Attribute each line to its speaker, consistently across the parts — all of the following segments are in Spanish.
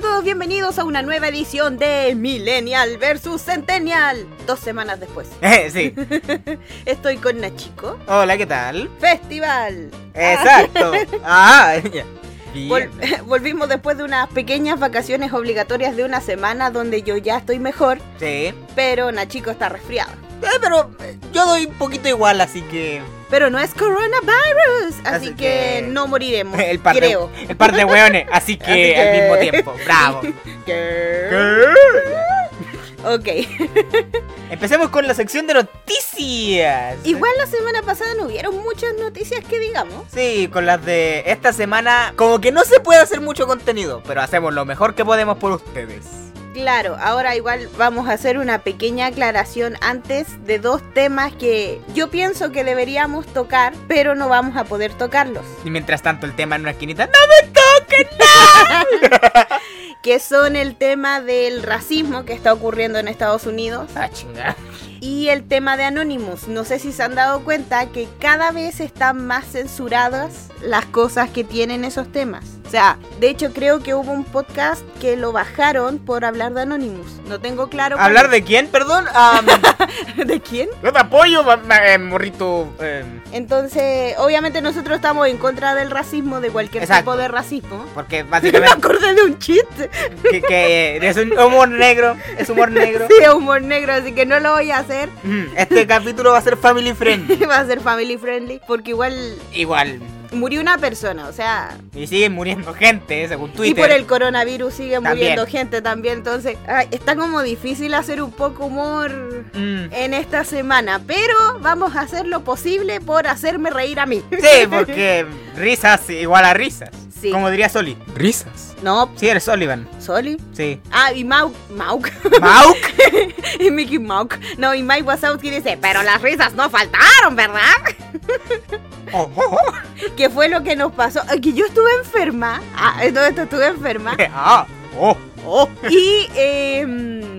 Speaker 1: todos bienvenidos a una nueva edición de Millennial versus Centennial. Dos semanas después.
Speaker 2: Eh, sí.
Speaker 1: Estoy con Nachico.
Speaker 2: Hola, ¿qué tal?
Speaker 1: Festival.
Speaker 2: Exacto. Ah, ya. Bien.
Speaker 1: Vol- volvimos después de unas pequeñas vacaciones obligatorias de una semana donde yo ya estoy mejor,
Speaker 2: Sí. Eh,
Speaker 1: pero Nachico está resfriado.
Speaker 2: pero eh, yo doy un poquito igual, así que.
Speaker 1: Pero no es coronavirus, así,
Speaker 2: Así
Speaker 1: que...
Speaker 2: que-
Speaker 1: no moriremos,
Speaker 2: El par, de,
Speaker 1: creo.
Speaker 2: el par de hueones, así que,
Speaker 1: Así que-
Speaker 2: al mismo tiempo. Bravo.
Speaker 1: Ok.
Speaker 2: Empecemos con la sección de noticias.
Speaker 1: Igual la semana pasada no hubieron muchas noticias que digamos.
Speaker 2: Sí, con las de esta semana, como que no se puede hacer mucho contenido, pero hacemos lo mejor que podemos por ustedes.
Speaker 1: Claro, ahora igual vamos a hacer una pequeña aclaración antes de dos temas que yo pienso que deberíamos tocar, pero no vamos a poder tocarlos.
Speaker 2: Y mientras tanto, el tema en una esquinita. ¡No!
Speaker 1: Que son el tema del racismo que está ocurriendo en Estados Unidos
Speaker 2: Ah, chingada.
Speaker 1: y el tema de Anonymous. No sé si se han dado cuenta que cada vez están más censuradas las cosas que tienen esos temas. O sea, de hecho creo que hubo un podcast que lo bajaron por hablar de Anonymous. No tengo claro. cuál-
Speaker 2: ¿Hablar de quién? Perdón. Am,
Speaker 1: de quién.
Speaker 2: yo te apoyo, ma- ma- eh, morrito. em,
Speaker 1: Entonces, obviamente nosotros estamos en contra del racismo, de cualquier
Speaker 2: Exacto.
Speaker 1: tipo de racismo.
Speaker 2: Porque
Speaker 1: Me
Speaker 2: básicamente
Speaker 1: acordé de un chiste
Speaker 2: que, que es un humor negro, es humor negro.
Speaker 1: de humor negro, así que no lo voy a hacer.
Speaker 2: Mm, Este capítulo va a ser family friendly.
Speaker 1: Va a ser family friendly, porque igual
Speaker 2: Igual.
Speaker 1: murió una persona, o sea,
Speaker 2: Y siguen muriendo gente, eh, según Twitter.
Speaker 1: y por el coronavirus sigue
Speaker 2: También.
Speaker 1: muriendo gente también, entonces ay, está como difícil hacer un poco humor
Speaker 2: Mm,
Speaker 1: en esta semana, pero vamos a hacer lo posible por hacerme reír a mí.
Speaker 2: Sí, porque risas igual a risas.
Speaker 1: Sí.
Speaker 2: Como diría Soli. Risas.
Speaker 1: No,
Speaker 2: Sí, eres Sullivan.
Speaker 1: Soli.
Speaker 2: Sí.
Speaker 1: Ah, y Mau, Mau.
Speaker 2: Mauk.
Speaker 1: Y Mickey Mouse. No, y Mike Wazowski dice, pero las risas no faltaron, ¿verdad?
Speaker 2: Oh, oh, oh.
Speaker 1: Que fue lo que nos pasó. Eh, Que yo estuve enferma. Ah, todo esto estuve enferma.
Speaker 2: Ah, oh.
Speaker 1: Y em,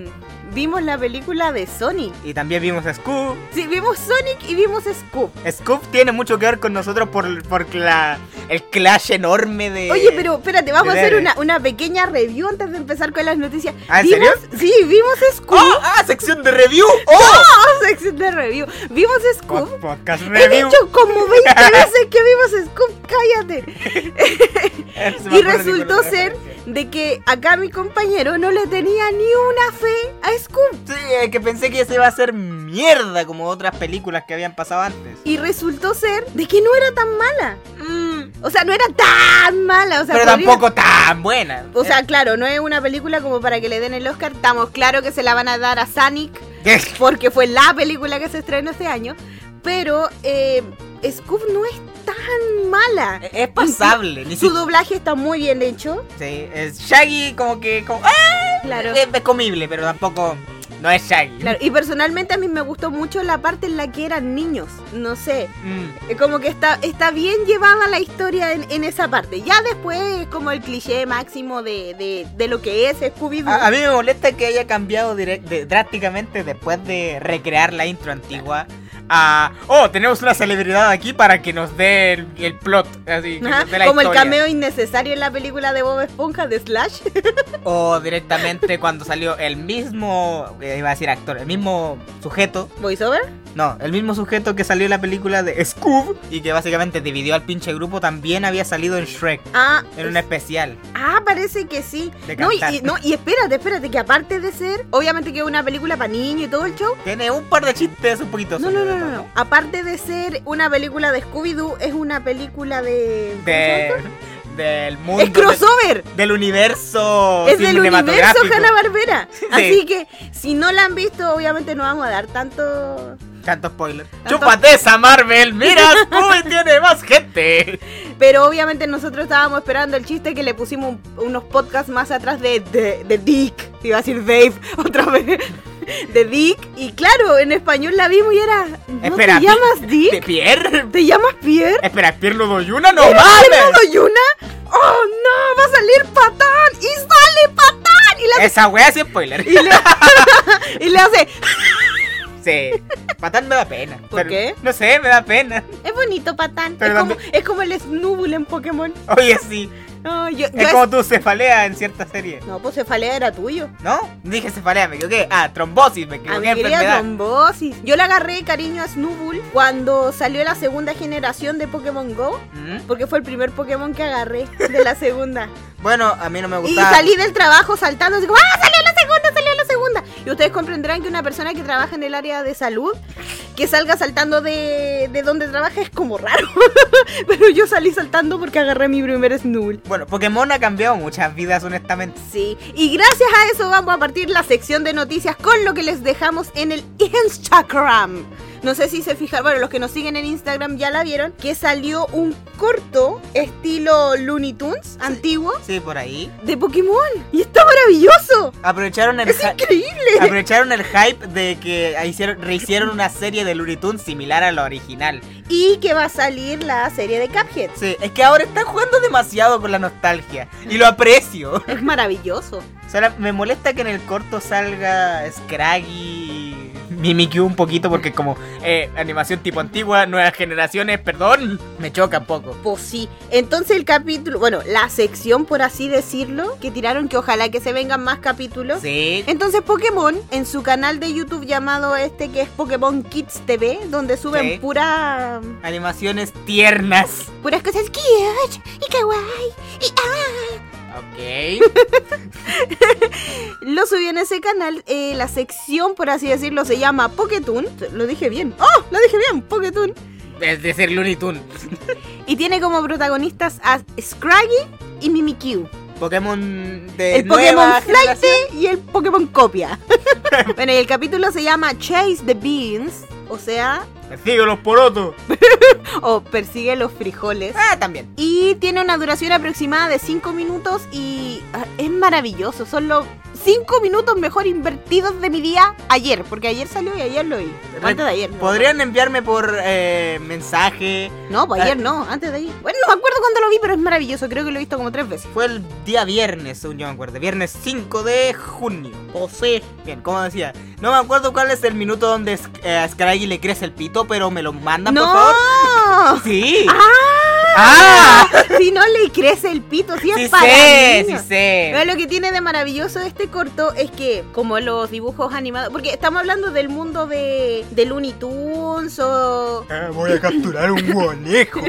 Speaker 1: vimos la película de Sonic.
Speaker 2: Y también vimos a Scoop.
Speaker 1: Sí, vimos Sonic y vimos Scoop.
Speaker 2: Scoop tiene mucho que ver con nosotros por, por la, el clash enorme de. Oh,
Speaker 1: Oye, pero espérate, vamos a hacer
Speaker 2: debe.
Speaker 1: una, una pequeña review antes de empezar con las noticias.
Speaker 2: Ah, ¿en
Speaker 1: Vimos- Sí, vimos Scoop.
Speaker 2: ¡Oh! ¡Ah! ¡Sección de review! ¡Oh!
Speaker 1: Sección de review. Vimos Scoop.
Speaker 2: Pod- Podcast
Speaker 1: He
Speaker 2: review.
Speaker 1: dicho como 20 veces que vimos Scoop. Cállate.
Speaker 2: Se me
Speaker 1: Y
Speaker 2: acuerdo
Speaker 1: resultó
Speaker 2: Nicolás.
Speaker 1: ser de que acá mi compañero no le tenía ni una fe a Scoop.
Speaker 2: Sí, es que pensé que se iba a hacer mierda como otras películas que habían pasado antes.
Speaker 1: Y resultó ser de que no era tan mala. O sea, no era tan mala. O sea,
Speaker 2: pero
Speaker 1: podría-
Speaker 2: tampoco tan buena.
Speaker 1: O sea, claro, no es una película como para que le den el Oscar. Estamos claro que se la van a dar a Sonic
Speaker 2: Eh,
Speaker 1: porque fue la película que se estrenó este año. Pero eh, Scoop no es tan mala.
Speaker 2: es, es pasable. Eh, Ni
Speaker 1: Su
Speaker 2: si-
Speaker 1: doblaje está muy bien hecho.
Speaker 2: sí, es Shaggy como que... como- ¡Ah!
Speaker 1: Claro.
Speaker 2: es, es comible, pero tampoco... No es Shaggy.
Speaker 1: Claro, y personalmente a mí me gustó mucho la parte en la que eran niños. No sé,
Speaker 2: Mm,
Speaker 1: eh, como que está, está bien llevada la historia en, en esa parte. Ya después es como el cliché máximo de, de- de lo que es Scooby-Doo.
Speaker 2: A, a mí me molesta que haya cambiado direct- de- drásticamente después de recrear la intro antigua a... Oh, tenemos una celebridad aquí para que nos dé el, el plot. Así, que
Speaker 1: Ajá,
Speaker 2: nos dé la
Speaker 1: como el
Speaker 2: historia.
Speaker 1: cameo innecesario en la película de Bob Esponja de Slash.
Speaker 2: O directamente cuando salió el mismo... eh, iba a decir actor, el mismo sujeto
Speaker 1: ¿Voiceover?
Speaker 2: No, el mismo sujeto que salió en la película de Scoob y que básicamente dividió al pinche grupo también había salido en Shrek,
Speaker 1: Ah,
Speaker 2: en un especial.
Speaker 1: ah, parece que sí.
Speaker 2: De
Speaker 1: No y, y-
Speaker 2: cantar.
Speaker 1: no, y espérate, espérate, que aparte de ser, obviamente que es una película para niños y todo el show.
Speaker 2: Tiene un par de chistes un poquito.
Speaker 1: No, no, no, no, no. Aparte de ser una película de Scooby-Doo, es una película de... ¿cómo se llama?
Speaker 2: De, del mundo.
Speaker 1: Es crossover.
Speaker 2: de- del universo.
Speaker 1: Es del universo
Speaker 2: cinematográfico.
Speaker 1: Hanna Barbera. Así que si no la han visto, obviamente no vamos a dar tanto.
Speaker 2: Tanto spoiler. ¡Chúpate esa Marvel! ¡Mira, Scooby tiene más gente!
Speaker 1: Pero obviamente nosotros estábamos esperando el chiste que le pusimos un- unos podcasts más atrás de, de, de Dick. Te iba a decir Dave otra vez. De Dick. Y claro, en español la vimos y era. ¿No
Speaker 2: Espera,
Speaker 1: te llamas
Speaker 2: ¿De
Speaker 1: Dick?
Speaker 2: Pierre?
Speaker 1: ¿Te llamas Pierre?
Speaker 2: Espera, ¿Pierre lo doy una? ¡No
Speaker 1: ¿Pierre
Speaker 2: mames!
Speaker 1: Doyuna? ¡Oh no! ¡Va a salir patán! ¡Y sale patán! Y, la-
Speaker 2: Esa wea sí es spoiler.
Speaker 1: y le, y le hace.
Speaker 2: Sí. Patán me da pena.
Speaker 1: ¿Por
Speaker 2: Pero-
Speaker 1: qué?
Speaker 2: No sé, me da pena.
Speaker 1: Es bonito, patán. Es
Speaker 2: Pero
Speaker 1: como,
Speaker 2: también-
Speaker 1: es como el Snubbull en Pokémon.
Speaker 2: Oye, sí.
Speaker 1: No, yo, yo
Speaker 2: Es como tu cefalea en cierta serie.
Speaker 1: No, pues cefalea era tuyo.
Speaker 2: ¿No? Dije cefalea, me equivoqué. Ah, trombosis, me
Speaker 1: A
Speaker 2: equivoqué.
Speaker 1: mí quería
Speaker 2: enfermedad.
Speaker 1: trombosis. Yo le agarré cariño a Snubbull cuando salió la segunda generación de Pokémon Go.
Speaker 2: ¿Mm?
Speaker 1: Porque fue el primer Pokémon que agarré de la segunda.
Speaker 2: Bueno, a mí no me
Speaker 1: y
Speaker 2: gustaba.
Speaker 1: salí del trabajo saltando, así como, ¡ah, salió la segunda, salió la segunda! Y ustedes comprenderán que una persona que trabaja en el área de salud, que salga saltando de, de donde trabaja es como raro. Pero yo salí saltando porque agarré mi primer Snubbull.
Speaker 2: Bueno, Pokémon ha cambiado muchas vidas, honestamente.
Speaker 1: Sí, y gracias a eso vamos a partir la sección de noticias con lo que les dejamos en el Instagram. No sé si se fijaron, bueno, los que nos siguen en Instagram ya la vieron, que salió un corto estilo Looney Tunes antiguo
Speaker 2: Sí, por ahí.
Speaker 1: de Pokémon. Y está maravilloso.
Speaker 2: Aprovecharon el,
Speaker 1: Es
Speaker 2: hy-
Speaker 1: increíble.
Speaker 2: aprovecharon el hype de que hicieron, rehicieron una serie de Looney Tunes similar a la original.
Speaker 1: Y que va a salir la serie de Cuphead.
Speaker 2: Sí, es que ahora están jugando demasiado con la nostalgia. Y lo aprecio.
Speaker 1: Es maravilloso.
Speaker 2: Solo me molesta que en el corto salga Scraggy. Mimikyu un poquito porque como eh, animación tipo antigua, nuevas generaciones, perdón, me choca un poco.
Speaker 1: Pues sí. Entonces el capítulo, bueno, la sección por así decirlo, que tiraron que ojalá que se vengan más capítulos.
Speaker 2: Sí,
Speaker 1: Entonces Pokémon, en su canal de YouTube llamado este que es Pokémon Kids TV, donde suben
Speaker 2: Sí.
Speaker 1: pura,
Speaker 2: animaciones tiernas.
Speaker 1: puras cosas cute y kawaii.
Speaker 2: Ok.
Speaker 1: Lo subí en ese canal. eh, la sección, por así decirlo, se llama Pokétoon. Lo dije bien. ¡Oh! Lo dije bien, Pokétoon.
Speaker 2: Es decir, Looney Tunes.
Speaker 1: Y tiene como protagonistas a Scraggy y Mimikyu.
Speaker 2: Pokémon de
Speaker 1: El
Speaker 2: nueva
Speaker 1: Pokémon
Speaker 2: generación.
Speaker 1: Flight y el Pokémon Copia. bueno, y el capítulo se llama Chase the Beans. O sea,
Speaker 2: Persigue los porotos.
Speaker 1: o persigue los frijoles.
Speaker 2: Ah, también.
Speaker 1: Y tiene una duración aproximada de 5 minutos y ah, es maravilloso. Son los 5 minutos mejor invertidos de mi día ayer, porque ayer salió y ayer lo vi. O
Speaker 2: Re-
Speaker 1: Antes de ayer. No,
Speaker 2: Podrían enviarme por eh, mensaje.
Speaker 1: No, pues
Speaker 2: Ah.
Speaker 1: ayer no, antes de ayer. Bueno, no me acuerdo cuándo lo vi, pero es maravilloso. Creo que lo he visto como tres veces.
Speaker 2: Fue el día viernes, según yo me acuerdo. Viernes 5 de junio. O sea, bien, como decía. No me acuerdo cuál es el minuto donde Sk- eh, a Scraggy le crece el pito, pero me lo mandan,
Speaker 1: ¡No!
Speaker 2: por favor. Sí. ¡Ah!
Speaker 1: Si no le crece el pito, si es
Speaker 2: Sí
Speaker 1: para
Speaker 2: sé, sí
Speaker 1: niños. Pero
Speaker 2: sé.
Speaker 1: lo que tiene de maravilloso este corto es que, como los dibujos animados, porque estamos hablando del mundo de, de Looney Tunes o.
Speaker 2: Eh, voy a capturar un conejo.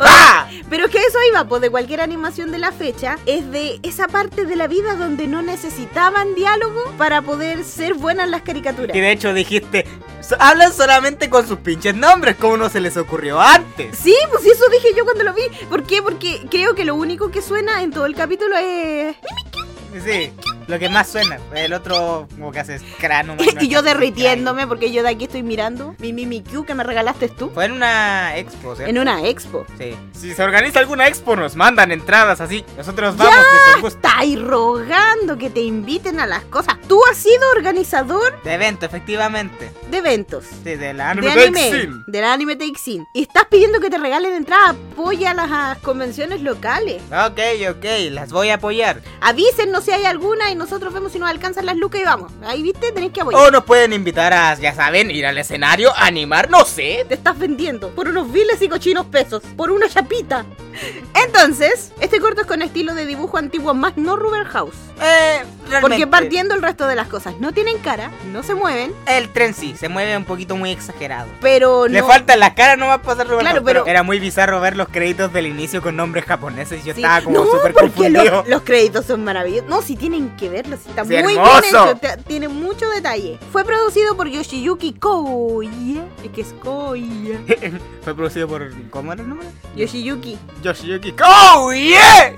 Speaker 2: ¡Ah!
Speaker 1: Pero es que eso iba, pues de cualquier animación de la fecha, es de esa parte de la vida donde no necesitaban diálogo para poder ser buenas las caricaturas.
Speaker 2: Y de hecho dijiste, "So- hablan solamente con sus pinches nombres, como no se les ocurrió antes.
Speaker 1: Sí, pues eso dije yo cuando lo vi. ¿Por qué? Porque creo que lo único que suena en todo el capítulo es...
Speaker 2: Sí, lo que más suena. El otro como que hace cráneo.
Speaker 1: y yo derritiéndome porque yo de aquí estoy mirando mi Mimikyu que me regalaste tú
Speaker 2: Fue en una expo, ¿cierto?
Speaker 1: en una expo.
Speaker 2: Sí. Si se organiza alguna expo, nos mandan entradas así. Nosotros
Speaker 1: ¡Ya!
Speaker 2: vamos de con gusto.
Speaker 1: Estáis rogando que te inviten a las cosas. Tú has sido organizador
Speaker 2: De evento, efectivamente.
Speaker 1: de eventos.
Speaker 2: Sí, de la
Speaker 1: de
Speaker 2: anime
Speaker 1: anime,
Speaker 2: Exim.
Speaker 1: del anime Takes-In. Y estás pidiendo que te regalen entrada, apoya las ah, convenciones locales.
Speaker 2: Ok, ok, las voy a apoyar.
Speaker 1: Avísennos si hay alguna y nosotros vemos si nos alcanzan las lucas y vamos. Ahí viste, tenés que apoyar.
Speaker 2: O nos pueden invitar a, ya saben, ir al escenario, animar, no sé.
Speaker 1: Te estás vendiendo por unos viles y cochinos pesos, por una chapita. Entonces, este corto es con estilo de dibujo antiguo más no Rubber House.
Speaker 2: Eh, realmente.
Speaker 1: Porque partiendo el resto de las cosas, no tienen cara, no se mueven,
Speaker 2: El tren sí, se mueve un poquito muy exagerado.
Speaker 1: pero
Speaker 2: Le
Speaker 1: Oh, no.
Speaker 2: faltan las caras nomás para hacer Roberto.
Speaker 1: Claro,
Speaker 2: pero...
Speaker 1: pero-
Speaker 2: era muy bizarro ver los créditos del inicio con nombres japoneses. Yo
Speaker 1: Sí.
Speaker 2: estaba como
Speaker 1: no,
Speaker 2: súper
Speaker 1: porque los-
Speaker 2: confundido.
Speaker 1: Los, créditos son maravillosos. No, si tienen que verlos, si está
Speaker 2: Sí,
Speaker 1: muy bien
Speaker 2: hermoso.
Speaker 1: hecho, te- tiene mucho detalle. Fue producido por Yoshiyuki Koye, es que es Koye.
Speaker 2: Fue producido por. ¿Cómo era el nombre?
Speaker 1: Yoshiyuki,
Speaker 2: Yoshiyuki. ¡Oh, yeah!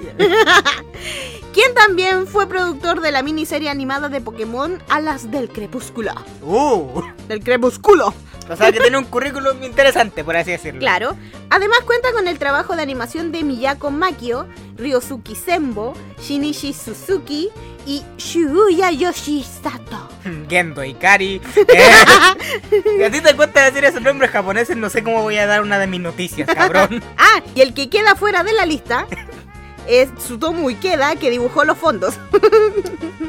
Speaker 1: quien también fue productor de la miniserie animada de Pokémon Alas del Crepúsculo.
Speaker 2: ¡Uh!
Speaker 1: Del Crepúsculo.
Speaker 2: O sea que tiene un currículum interesante, por así decirlo.
Speaker 1: Claro. Además cuenta con el trabajo de animación de Miyako Makio, Ryosuke Senbo, Shinichi Suzuki y Shibuya Yoshisato.
Speaker 2: Gendo Hmm. Ikari. Eh, si a ti te cuesta decir esos nombres japoneses, no sé cómo voy a dar una de mis noticias, cabrón.
Speaker 1: Ah, y el que queda fuera de la lista es Tsutomu Ikeda, que dibujó los fondos.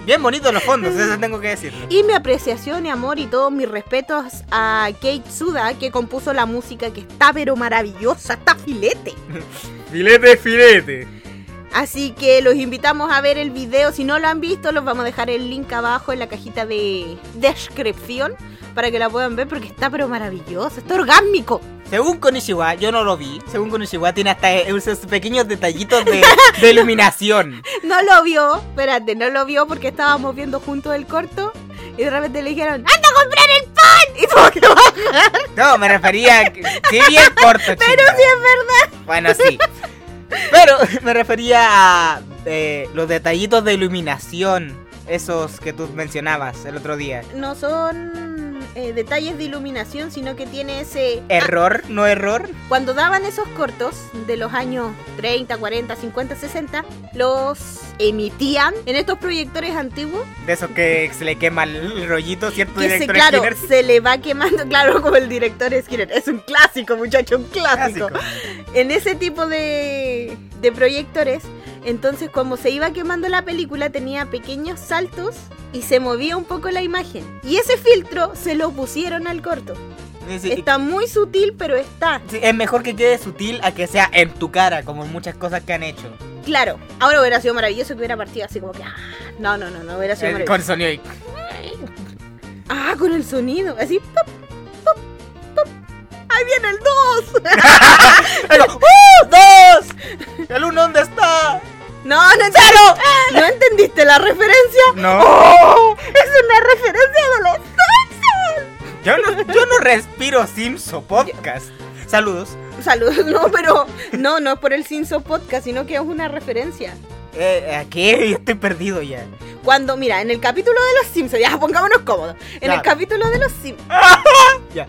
Speaker 2: Bien bonitos los fondos, eso tengo que decirlo.
Speaker 1: Y mi apreciación y amor y todos mis respetos a Kate Tsuda, que compuso la música que está pero maravillosa, está filete.
Speaker 2: Filete, filete.
Speaker 1: Así que los invitamos a ver el video. Si no lo han visto, los vamos a dejar el link abajo en la cajita de descripción para que la puedan ver porque está pero maravilloso, está orgásmico.
Speaker 2: Según Konishiwa, yo no lo vi. Según Konishiwa, tiene hasta esos pequeños detallitos de, de iluminación.
Speaker 1: No lo vio, espérate, no lo vio porque estábamos viendo juntos el corto y de repente le dijeron ¡Anda a comprar el pan! Y tuvo que bajar.
Speaker 2: No, me refería. a que- Sí, vi el corto,
Speaker 1: Pero
Speaker 2: chica.
Speaker 1: sí es verdad.
Speaker 2: Bueno, sí. Pero me refería a eh, los detallitos de iluminación. Esos que tú mencionabas el otro día.
Speaker 1: No son eh, detalles de iluminación, sino que tiene ese...
Speaker 2: Error, no error.
Speaker 1: Cuando daban esos cortos de los años 30, 40, 50, 60, los emitían en estos proyectores antiguos
Speaker 2: De esos que se le quema el rollito, ¿cierto?
Speaker 1: que se,
Speaker 2: director
Speaker 1: claro,
Speaker 2: Skinner?
Speaker 1: se le va quemando, claro, como el director Skinner. Es un clásico, muchacho, un clásico.
Speaker 2: Clásico.
Speaker 1: En ese tipo de, de proyectores, entonces como se iba quemando la película tenía pequeños saltos y se movía un poco la imagen. Y ese filtro se lo pusieron al corto.
Speaker 2: Sí, sí.
Speaker 1: Está muy sutil, pero está.
Speaker 2: Sí, es mejor que quede sutil a que sea en tu cara, como en muchas cosas que han hecho.
Speaker 1: Claro, ahora hubiera sido maravilloso que hubiera partido así como que... ah, no, no, no, no hubiera sido
Speaker 2: Eh,
Speaker 1: maravilloso.
Speaker 2: con sonido y-
Speaker 1: Ah, con el sonido, así... pop, pop, pop. Ahí viene el 2.
Speaker 2: Algo, ¡Uh! ¡Dos! ¿El uno dónde está?
Speaker 1: No, no, ¡Cero! ¿No entendiste la referencia?
Speaker 2: ¡No!
Speaker 1: Es una referencia de los Simpsons.
Speaker 2: Yo no, yo no respiro Simso Podcast. Saludos.
Speaker 1: Saludos, no, pero no, no es por el Simpson podcast, sino que es una referencia.
Speaker 2: Eh, ¿A qué? Estoy perdido ya.
Speaker 1: Cuando, mira, en el capítulo de los Simpsons, ya pongámonos cómodos. En
Speaker 2: Claro.
Speaker 1: el capítulo de los Simpsons,
Speaker 2: Ya.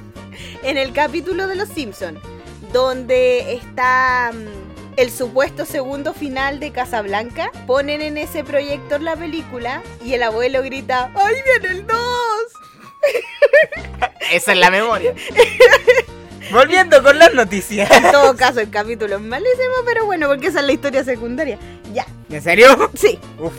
Speaker 1: en el capítulo de los Simpsons, donde está mm, el supuesto segundo final de Casablanca, ponen en ese proyector la película y el abuelo grita, ¡Ahí viene el 2!
Speaker 2: Esa es la memoria. Volviendo con las noticias.
Speaker 1: En todo caso, el capítulo es malísimo, pero bueno, porque esa es la historia secundaria. Ya,
Speaker 2: ¿En serio?
Speaker 1: sí,
Speaker 2: Uf.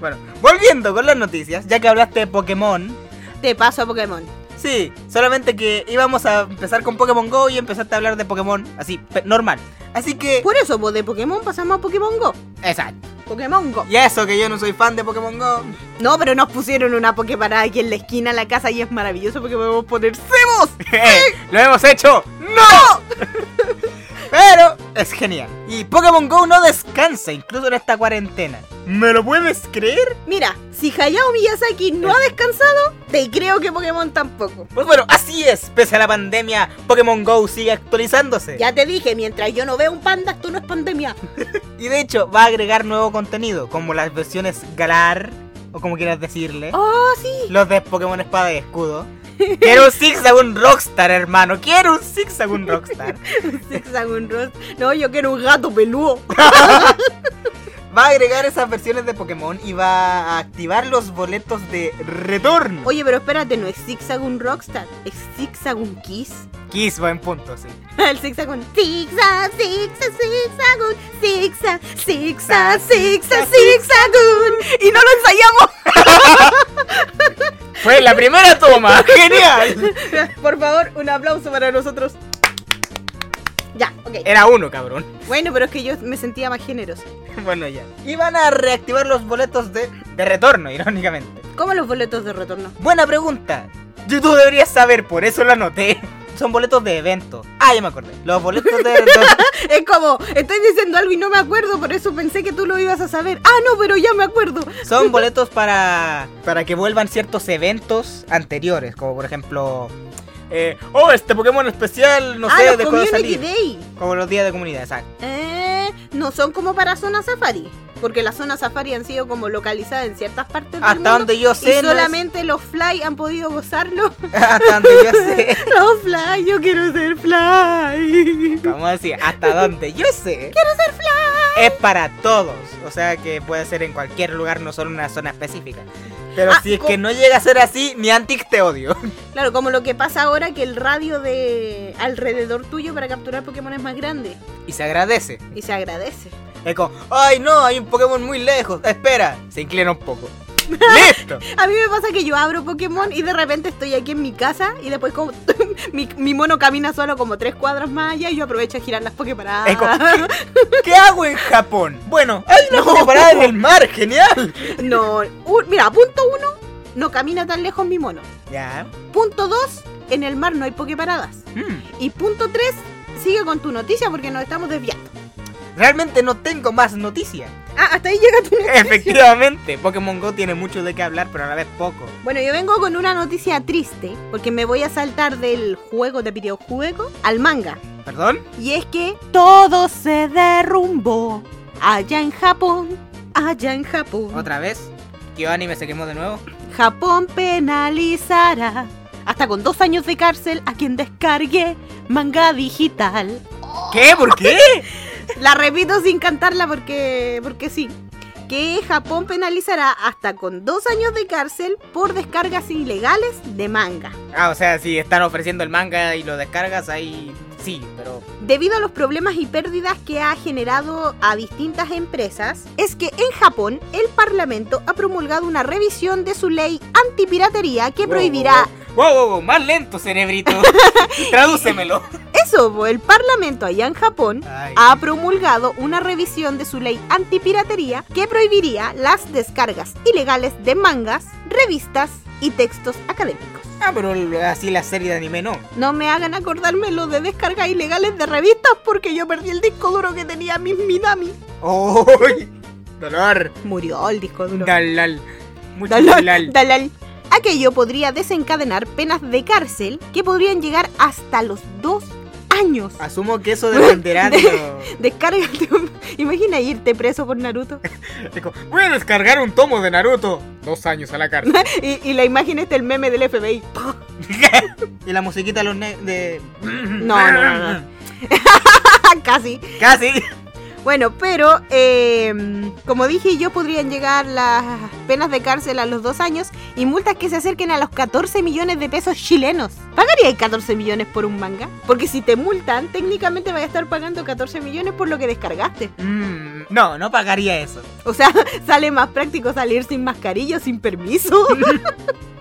Speaker 2: Bueno, volviendo con las noticias, ya que hablaste de Pokémon.
Speaker 1: te paso a Pokémon.
Speaker 2: Sí, solamente que íbamos a empezar con Pokémon Go y empezaste a hablar de Pokémon, así, pe- normal. Así que...
Speaker 1: Por eso, pues, de Pokémon pasamos a Pokémon Go.
Speaker 2: Exacto.
Speaker 1: Pokémon Go.
Speaker 2: Y eso que yo no soy fan de Pokémon Go.
Speaker 1: No, pero nos pusieron una Poképarada aquí en la esquina de la casa y es maravilloso porque podemos poner cebos.
Speaker 2: ¡Lo hemos hecho! ¡No! Pero es genial. Y Pokémon Go no descansa, incluso en esta cuarentena. ¿Me lo puedes creer?
Speaker 1: Mira, si Hayao Miyazaki no ha descansado, te creo que Pokémon tampoco.
Speaker 2: Pues bueno, así es. Pese a la pandemia, Pokémon Go sigue actualizándose.
Speaker 1: Ya te dije, mientras yo no veo un panda, esto no es pandemia.
Speaker 2: Y de hecho, va a agregar nuevo contenido, como las versiones Galar, o como quieras decirle.
Speaker 1: Oh, sí.
Speaker 2: Los de Pokémon Espada y Escudo. Quiero un Zigzag, un Rockstar, hermano. Quiero un Zigzag, un Rockstar.
Speaker 1: Hexagon Ross. No, yo quiero un gato peludo.
Speaker 2: Va a agregar esas versiones de Pokémon y va a activar los boletos de retorno.
Speaker 1: Oye, pero espérate, no es Zigzagun Rockstar, es Zigzagun Kiss.
Speaker 2: Kiss va en punto, sí.
Speaker 1: El zigzagón. Zigzag, zigzag, zigzagón. Zigzag, zigzag, zigzag, zigzagón. Y no lo ensayamos.
Speaker 2: Fue la primera toma. Genial.
Speaker 1: Por favor, un aplauso para nosotros. Eh. Ya, ok.
Speaker 2: Era uno, cabrón.
Speaker 1: Bueno, pero es que yo me sentía más generosa.
Speaker 2: Bueno, ya. Y van a reactivar los boletos de, de retorno, irónicamente.
Speaker 1: ¿Cómo los boletos de retorno?
Speaker 2: Buena pregunta. Yo- Tú deberías saber, por eso lo anoté. Son boletos de evento. Ah, ya me acordé. Los boletos de retorno.
Speaker 1: Es como, estoy diciendo algo y no me acuerdo, por eso pensé que tú lo ibas a saber. Ah, no, pero ya me acuerdo.
Speaker 2: Son boletos para, para que vuelvan ciertos eventos anteriores, como por ejemplo... eh, oh, este Pokémon especial, no
Speaker 1: ah,
Speaker 2: sé
Speaker 1: los
Speaker 2: de cuándo
Speaker 1: Community
Speaker 2: salir.
Speaker 1: Day.
Speaker 2: Como los días de comunidad, exacto.
Speaker 1: Eh, no son como para zona safari, porque las zonas safari han sido como localizadas en ciertas partes del
Speaker 2: Hasta
Speaker 1: mundo.
Speaker 2: donde yo sé...
Speaker 1: y
Speaker 2: no es-
Speaker 1: solamente los fly han podido gozarlo.
Speaker 2: hasta donde yo sé...
Speaker 1: Los fly, yo quiero ser fly.
Speaker 2: Vamos a decir, hasta donde yo sé... Quiero ser fly. Es para todos. O sea que puede ser en cualquier lugar, no solo en una zona específica. Pero
Speaker 1: Ah,
Speaker 2: si es
Speaker 1: co-
Speaker 2: que no llega a ser así, Niantic te odio.
Speaker 1: Claro, como lo que pasa ahora que el radio de alrededor tuyo para capturar Pokémon es más grande
Speaker 2: Y se agradece.
Speaker 1: y se agradece.
Speaker 2: Es como, ay no, hay un Pokémon muy lejos. Espera, se inclina un poco. ¡Listo!
Speaker 1: A mí me pasa que yo abro Pokémon y de repente estoy aquí en mi casa y después como mi, mi mono camina solo como tres cuadras más allá y yo aprovecho a girar las Poképaradas.
Speaker 2: Es como, ¿Qué hago en Japón? Bueno, hay una Poképarada en el mar, genial.
Speaker 1: No, un- mira, punto uno, no camina tan lejos mi mono.
Speaker 2: Ya.
Speaker 1: Punto dos, en el mar no hay Poképaradas.
Speaker 2: Mm.
Speaker 1: Y punto tres, sigue con tu noticia porque nos estamos desviando.
Speaker 2: Realmente no tengo más noticias.
Speaker 1: Ah, hasta ahí llega tu noticia.
Speaker 2: Efectivamente, Pokémon Go tiene mucho de qué hablar, pero a la vez poco.
Speaker 1: Bueno, yo vengo con una noticia triste porque me voy a saltar del juego de videojuego al manga.
Speaker 2: ¿Perdón?
Speaker 1: Y es que todo se derrumbó allá en Japón, allá en Japón.
Speaker 2: ¿Otra vez? ¿Qué anime se quemó de nuevo?
Speaker 1: Japón penalizará hasta con dos años de cárcel a quien descargue manga digital.
Speaker 2: ¿Qué? ¿Por qué?
Speaker 1: La repito sin cantarla porque, porque sí. Que Japón penalizará hasta con dos años de cárcel por descargas ilegales de manga.
Speaker 2: Ah, o sea, si están ofreciendo el manga y lo descargas, ahí sí, pero...
Speaker 1: Debido a los problemas y pérdidas que ha generado a distintas empresas, es que en Japón el Parlamento ha promulgado una revisión de su ley antipiratería que prohibirá...
Speaker 2: Wow, wow, wow, más lento, cerebrito. Tradúcemelo. Ah,
Speaker 1: Eso, po, el Parlamento allá en Japón
Speaker 2: Ay.
Speaker 1: ha promulgado una revisión de su ley antipiratería que prohibiría las descargas ilegales de mangas, revistas y textos académicos.
Speaker 2: Ah, pero así la serie de anime no.
Speaker 1: No me hagan acordarme lo de descargas ilegales de revistas porque yo perdí el disco duro que tenía mis Minami.
Speaker 2: ¡Uy! Dolor.
Speaker 1: Murió el disco duro.
Speaker 2: Dalal. Mucho
Speaker 1: Dalal,
Speaker 2: dalal.
Speaker 1: dalal. Aquello podría desencadenar penas de cárcel que podrían llegar hasta los dos años.
Speaker 2: Asumo que eso dependerá de lo...
Speaker 1: Descárgate. un- Imagina irte preso por Naruto.
Speaker 2: Digo, voy a descargar un tomo de Naruto. Dos años a la cárcel.
Speaker 1: Y, y la imagen es el meme del FBI.
Speaker 2: y la musiquita de los ne- de...
Speaker 1: No, no, no, no. Casi.
Speaker 2: Casi.
Speaker 1: Bueno, pero eh, como dije yo, podrían llegar las penas de cárcel a los dos años y multas que se acerquen a los 14 millones de pesos chilenos. ¿Pagaría 14 millones por un manga? Porque si te multan, técnicamente vas a estar pagando 14 millones por lo que descargaste.
Speaker 2: Mm, no, no pagaría eso.
Speaker 1: O sea, sale más práctico salir sin mascarilla, sin permiso.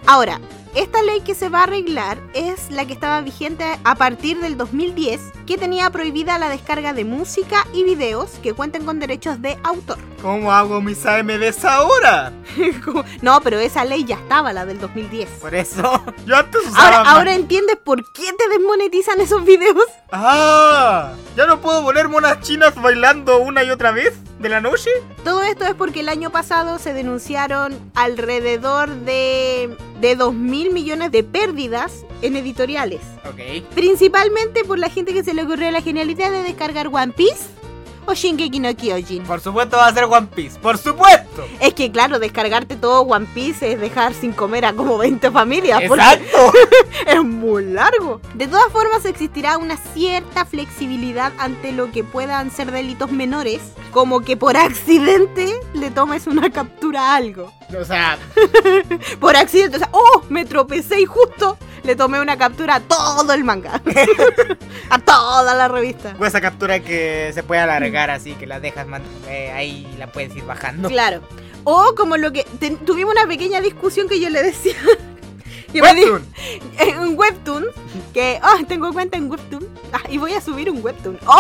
Speaker 1: Ahora, esta ley que se va a arreglar es la que estaba vigente a partir del 2010, que tenía prohibida la descarga de música y videos que cuenten con derechos de autor.
Speaker 2: ¿Cómo hago mis AMDs ahora?
Speaker 1: Como- no, pero esa ley ya estaba, la del 2010.
Speaker 2: Por eso. Yo antes
Speaker 1: Ahora,
Speaker 2: más-
Speaker 1: ahora entiendes por qué te desmonetizan esos videos.
Speaker 2: Ah, ¿ya no puedo poner monas chinas bailando una y otra vez de la noche?
Speaker 1: Todo esto es porque el año pasado se denunciaron alrededor de, de 2 mil millones de pérdidas en editoriales.
Speaker 2: Ok.
Speaker 1: Principalmente por la gente que se le ocurrió la genialidad de descargar One Piece o Shingeki no Kyojin.
Speaker 2: Por supuesto va a ser One Piece. ¡Por supuesto!
Speaker 1: Es que claro, descargarte todo One Piece es dejar sin comer a como 20 familias. porque Es muy largo. De todas formas, existirá una cierta flexibilidad ante lo que puedan ser delitos menores, como que por accidente le tomes una captura a algo.
Speaker 2: O sea,
Speaker 1: Por accidente, o sea, ¡oh! Me tropecé y justo le tomé una captura a todo el manga. a toda la revista.
Speaker 2: esa captura que se puede alargar así, que la dejas man- eh, ahí y la puedes ir bajando.
Speaker 1: Claro. O como lo que. ten- tuvimos una pequeña discusión que yo le decía. que me di-
Speaker 2: Webtoon.
Speaker 1: en Webtoon. Que. ¡Oh! Tengo cuenta en Webtoon. Ah, y voy a subir un Webtoon. ¡Oh!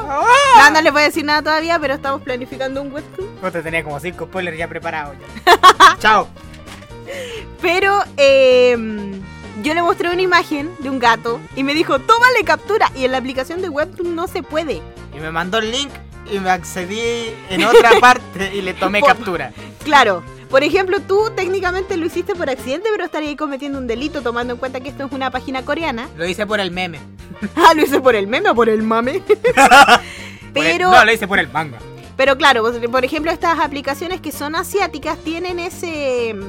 Speaker 2: Ah.
Speaker 1: No, no les voy a decir nada todavía, pero estamos planificando un webtoon.
Speaker 2: No te tenía como cinco spoilers ya preparados. ya. Chao.
Speaker 1: Pero eh, yo le mostré una imagen de un gato y me dijo, tómale captura. Y en la aplicación de webtoon no se puede.
Speaker 2: Y me mandó el link y me accedí en otra parte y le tomé
Speaker 1: Por-
Speaker 2: captura.
Speaker 1: Claro. Por ejemplo, tú técnicamente lo hiciste por accidente, pero estarías cometiendo un delito tomando en cuenta que esto es una página coreana.
Speaker 2: Lo hice por el meme.
Speaker 1: Ah, lo hice por el meme o por el mame.
Speaker 2: Por el-
Speaker 1: pero,
Speaker 2: No, lo hice por el manga.
Speaker 1: pero claro, pues, por ejemplo, estas aplicaciones que son asiáticas tienen ese mm,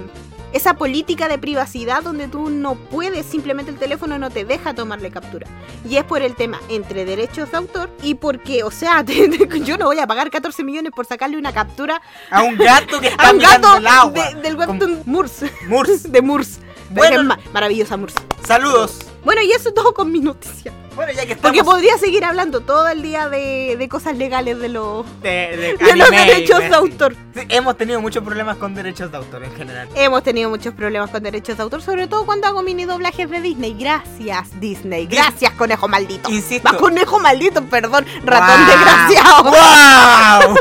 Speaker 1: esa política de privacidad donde tú no puedes, simplemente el teléfono no te deja tomarle captura. Y es por el tema entre derechos de autor y porque, o sea, te- te- yo no voy a pagar 14 millones por sacarle una captura
Speaker 2: A un gato que está
Speaker 1: a un gato
Speaker 2: mirando el agua.
Speaker 1: de- del
Speaker 2: Con-
Speaker 1: webtoon Murs.
Speaker 2: Murs.
Speaker 1: De Murs.
Speaker 2: Bueno.
Speaker 1: Bueno, maravillosa Murs.
Speaker 2: Saludos.
Speaker 1: Bueno, y eso es todo con mi noticia.
Speaker 2: Bueno, ya que estamos
Speaker 1: Porque podría seguir hablando todo el día de, de cosas legales de los,
Speaker 2: de, de
Speaker 1: de los
Speaker 2: anime y
Speaker 1: derechos de
Speaker 2: cosas así.
Speaker 1: autor.
Speaker 2: Sí, hemos tenido muchos problemas con derechos de autor en general.
Speaker 1: Hemos tenido muchos problemas con derechos de autor, sobre todo cuando hago mini doblajes de Disney. Gracias, Disney. Gracias, conejo maldito.
Speaker 2: Insisto.
Speaker 1: Va, conejo maldito, perdón. Ratón
Speaker 2: ¡Guau!
Speaker 1: desgraciado.
Speaker 2: ¡Guau!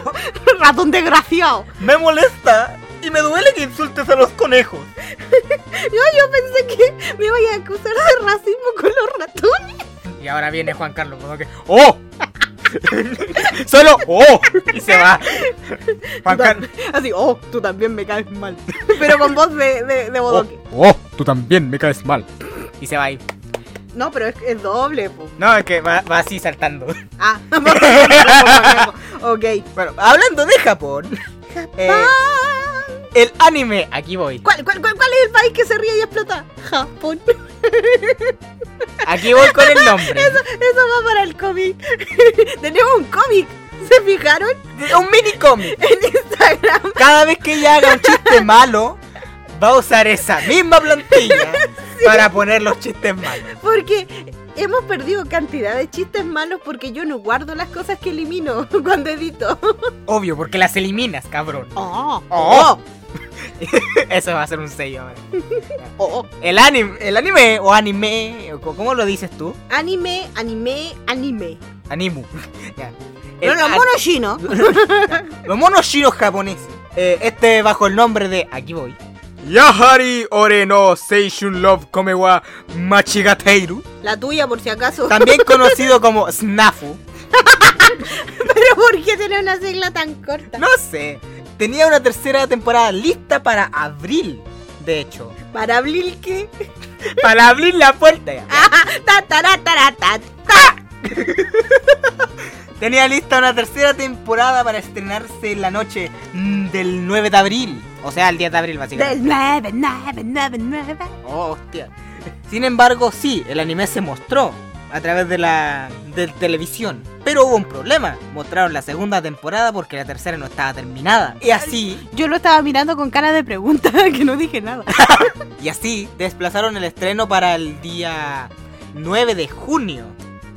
Speaker 1: Ratón desgraciado.
Speaker 2: Me molesta y me duele que insultes a los conejos.
Speaker 1: Yo, yo pensé que me iba a acusar de racismo con los ratones.
Speaker 2: Y ahora viene Juan Carlos Bodoque. ¡Oh! Solo ¡Oh! Y se va. Juan
Speaker 1: Tú
Speaker 2: Carlos.
Speaker 1: tam- Así, oh, tú también me caes mal. Pero con voz de, de, de bodoque.
Speaker 2: ¡Oh! Tú también me caes mal. Y se va ahí.
Speaker 1: No, pero es, es doble. po.
Speaker 2: No, es que va, va así saltando.
Speaker 1: Ah, vamos a Ok.
Speaker 2: Bueno, hablando de Japón. eh,
Speaker 1: Pan.
Speaker 2: el anime. Aquí voy.
Speaker 1: Ah, ¿Cuál, cuál, cuál, ¿Cuál es el país que se ríe y explota? Japón.
Speaker 2: Aquí voy con el nombre.
Speaker 1: Eso va para el cómic. Tenemos un cómic. ¿Se fijaron?
Speaker 2: Un mini cómic.
Speaker 1: En Instagram.
Speaker 2: Cada vez que ella haga un chiste malo, va a usar esa misma plantilla para poner los chistes malos.
Speaker 1: Porque hemos perdido cantidad de chistes malos porque yo no guardo las cosas que elimino cuando edito.
Speaker 2: Obvio, porque las eliminas, cabrón.
Speaker 1: Oh.
Speaker 2: Oh. Eso va a ser un sello. ahora.
Speaker 1: oh.
Speaker 2: El anime, el anime o anime, o co- ¿cómo lo dices tú?
Speaker 1: Anime, anime, anime.
Speaker 2: Animu. Ya.
Speaker 1: No,
Speaker 2: El
Speaker 1: no,
Speaker 2: an-
Speaker 1: mono chino.
Speaker 2: los monos chinos japoneses. Eh, este bajo el nombre de aquí voy. Yahari Ore no Seishun Love Komewa Machigateiru,
Speaker 1: La tuya, por si acaso.
Speaker 2: también conocido como Snafu.
Speaker 1: Pero ¿por qué tiene una sigla tan corta?
Speaker 2: No sé, tenía una tercera temporada lista para abril, de hecho.
Speaker 1: Para abrir que.
Speaker 2: Para abrir la puerta ya.
Speaker 1: Ah, ta, ta, ta, ta, ta.
Speaker 2: Tenía lista una tercera temporada para estrenarse en la noche mm, del 9 de abril. O sea, el 10 de abril, básicamente.
Speaker 1: Del 9, 9, 9, 9.
Speaker 2: Oh, hostia. Sin embargo, sí, el anime se mostró a través de la de televisión. Pero hubo un problema. Mostraron la segunda temporada porque la tercera no estaba terminada. Y así,
Speaker 1: Yo lo estaba mirando con cara de pregunta, que no dije nada.
Speaker 2: y así, desplazaron el estreno para el día 9 de junio.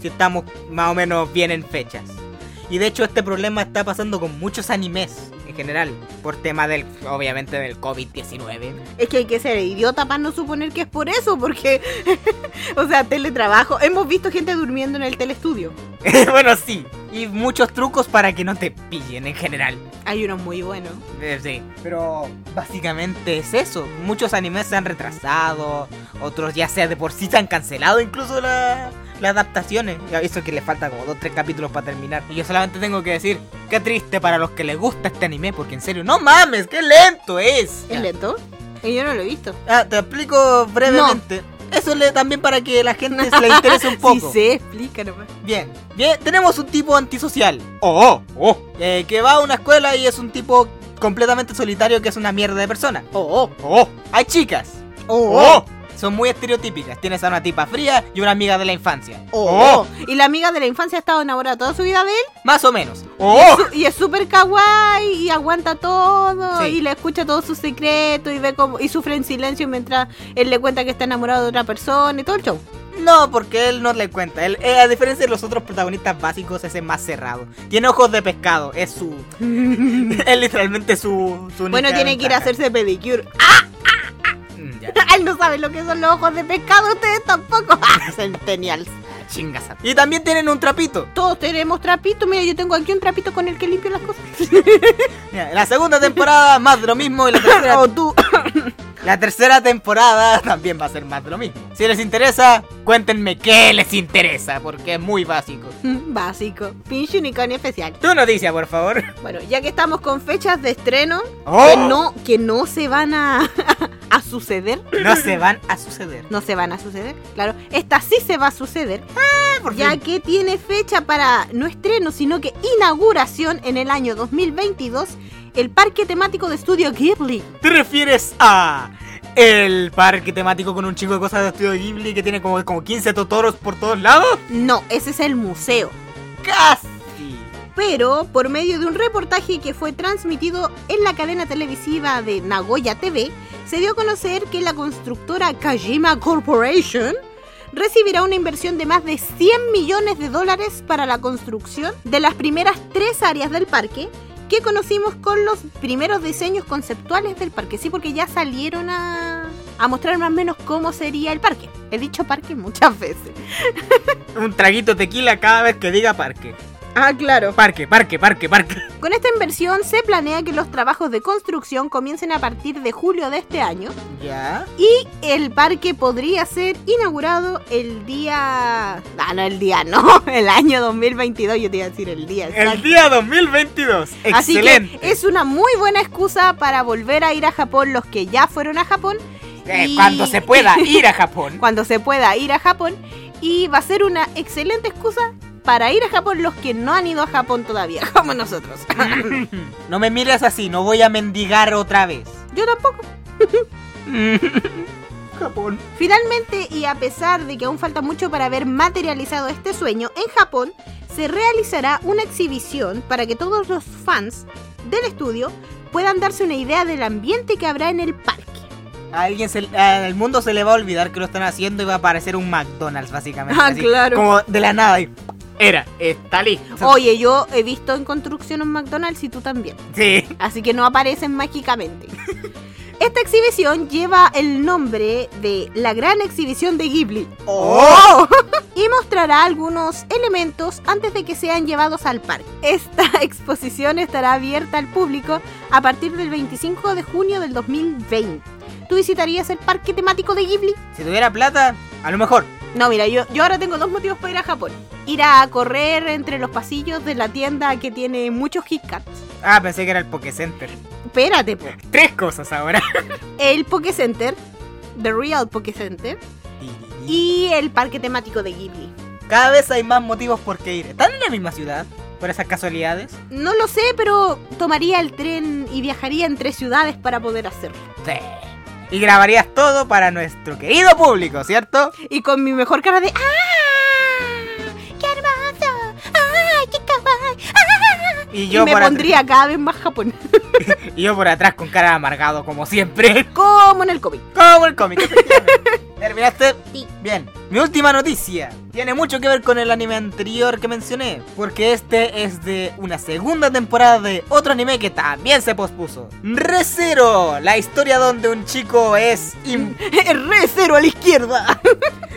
Speaker 2: Si estamos más o menos bien en fechas. Y de hecho este problema está pasando con muchos animes en general. Por tema del, obviamente, del COVID-19.
Speaker 1: Es que hay que ser idiota para no suponer que es por eso, porque, o sea, teletrabajo. Hemos visto gente durmiendo en el telestudio.
Speaker 2: bueno, sí. Y muchos trucos para que no te pillen en general.
Speaker 1: Hay unos muy buenos.
Speaker 2: Eh, sí. Pero básicamente es eso. Muchos animes se han retrasado. Otros ya sea de por sí se han cancelado incluso la- las adaptaciones. Y Eso que le falta como dos, tres capítulos para terminar. Y yo solamente tengo que decir, qué triste para los que les gusta este anime. Porque en serio, no mames, qué lento es.
Speaker 1: ¿Es lento? Y yo no lo he visto.
Speaker 2: Ah, te explico brevemente. Eso le, también para que la gente se le interese un
Speaker 1: Sí
Speaker 2: poco.
Speaker 1: se explica nomás.
Speaker 2: Bien, bien, tenemos un tipo antisocial. Oh, oh, oh. Eh, que va a una escuela y es un tipo completamente solitario que es una mierda de persona.
Speaker 1: Oh,
Speaker 2: Oh. Hay chicas.
Speaker 1: oh, oh,
Speaker 2: Son muy estereotípicas. Tienes a una tipa fría y una amiga de la infancia.
Speaker 1: oh, oh. ¿Y la amiga de la infancia ha estado enamorada toda su vida de él?
Speaker 2: Más o menos.
Speaker 1: Su- Y es súper kawaii y aguanta todo
Speaker 2: Sí.
Speaker 1: y le escucha todos sus secretos y ve cómo y sufre en silencio mientras él le cuenta que está enamorado de otra persona y todo el show.
Speaker 2: No, porque él no le cuenta. Él, eh, a diferencia de los otros protagonistas básicos, ese es más cerrado. Tiene ojos de pescado. Es su. es literalmente su. su
Speaker 1: Bueno,
Speaker 2: única
Speaker 1: tiene que ir a
Speaker 2: ventaja.
Speaker 1: hacerse pedicure.
Speaker 2: Mm, ya.
Speaker 1: Él no sabe lo que son los ojos de pescado, ustedes tampoco. Centennials.
Speaker 2: Chingas. a- Y también tienen un trapito.
Speaker 1: Todos tenemos trapito. Mira, yo tengo aquí un trapito con el que limpio las cosas.
Speaker 2: Mira, en la segunda temporada más de lo mismo y la tercera,
Speaker 1: o tú.
Speaker 2: la tercera temporada también va a ser más de lo mismo. Si les interesa, cuéntenme qué les interesa, porque es muy básico.
Speaker 1: Mm, Básico. Pinche unicornio especial.
Speaker 2: Tú noticia, por favor.
Speaker 1: Bueno, ya que estamos con fechas de estreno
Speaker 2: Oh.
Speaker 1: que no que no se van a a suceder,
Speaker 2: No se van a suceder.
Speaker 1: no se van a suceder. Claro, esta sí se va a suceder,
Speaker 2: Ah,
Speaker 1: ya que tiene fecha para no estreno, sino que inauguración en el año 2022 el parque temático de estudio Ghibli.
Speaker 2: ¿Te refieres a el parque temático con un chingo de cosas de estudio Ghibli que tiene como, como 15 totoros por todos lados?
Speaker 1: No, ese es el museo.
Speaker 2: Casi.
Speaker 1: pero por medio de un reportaje que fue transmitido en la cadena televisiva de Nagoya TV, se dio a conocer que la constructora Kajima Corporation recibirá una inversión de más de 100 millones de dólares para la construcción de las primeras tres áreas del parque que conocimos con los primeros diseños conceptuales del parque. Sí, porque ya salieron a, a mostrar más o menos cómo sería el parque. He dicho parque muchas veces.
Speaker 2: Un traguito tequila cada vez que diga parque.
Speaker 1: Ah, claro.
Speaker 2: Parque, parque, parque, parque.
Speaker 1: Con esta inversión se planea que los trabajos de construcción comiencen a partir de julio de este año
Speaker 2: Ya.
Speaker 1: y el parque podría ser inaugurado el día... Ah, no, el día no, el año 2022, yo te iba a decir el día. exacto.
Speaker 2: El día 2022.
Speaker 1: Así
Speaker 2: Excelente.
Speaker 1: que es una muy buena excusa para volver a ir a Japón los que ya fueron a Japón
Speaker 2: Eh,
Speaker 1: y-
Speaker 2: Cuando se pueda ir a Japón.
Speaker 1: cuando se pueda ir a Japón y va a ser una excelente excusa para ir a Japón los que no han ido a Japón todavía, como nosotros.
Speaker 2: No me mires así, no voy a mendigar otra vez.
Speaker 1: Yo tampoco.
Speaker 2: Japón.
Speaker 1: Finalmente, y a pesar de que aún falta mucho para haber materializado este sueño, en Japón se realizará una exhibición para que todos los fans del estudio puedan darse una idea del ambiente que habrá en el parque.
Speaker 2: A alguien se, al mundo se le va a olvidar que lo están haciendo y va a aparecer un McDonald's, básicamente.
Speaker 1: Ah,
Speaker 2: así,
Speaker 1: claro. Oh.
Speaker 2: Como de la nada. y- Era, está listo.
Speaker 1: Oye, yo he visto en construcción un McDonald's y tú también.
Speaker 2: Sí.
Speaker 1: así que no aparecen mágicamente. Esta exhibición lleva el nombre de la Gran Exhibición de Ghibli
Speaker 2: ¡Oh!
Speaker 1: y mostrará algunos elementos antes de que sean llevados al parque. Esta exposición estará abierta al público a partir del 25 de junio del 2020. ¿Tú visitarías el parque temático de Ghibli?
Speaker 2: Si tuviera plata, a lo mejor.
Speaker 1: No, mira, yo, yo ahora tengo dos motivos para ir a Japón. Ir a correr entre los pasillos de la tienda que tiene muchos Kit Kats.
Speaker 2: Ah, pensé que era el Poké Center.
Speaker 1: Espérate, po.
Speaker 2: Tres cosas ahora.
Speaker 1: el Poké Center, The Real Poké Center, y el parque temático de Ghibli.
Speaker 2: Cada vez hay más motivos por qué ir. ¿Están en la misma ciudad? Por esas casualidades.
Speaker 1: No lo sé, pero tomaría el tren y viajaría entre ciudades para poder hacerlo.
Speaker 2: Sí. Y grabarías todo para nuestro querido público, ¿cierto?
Speaker 1: Y con mi mejor cara de ¡Ah! ¡Qué hermoso! ¡Ah! ¡Qué kawaii! ¡Ah!
Speaker 2: Y
Speaker 1: Y,
Speaker 2: yo
Speaker 1: me
Speaker 2: por atr-
Speaker 1: pondría cada vez más Japón.
Speaker 2: Y yo por atrás con cara de amargado, como siempre.
Speaker 1: Como en el COVID.
Speaker 2: Como el cómic. efectivamente. ¿Terminaste? Bien. Mi última noticia tiene mucho que ver con el anime anterior que mencioné. Porque este es de una segunda temporada de otro anime que también se pospuso. Recero, la historia donde un chico es... im-
Speaker 1: Re cero a la izquierda.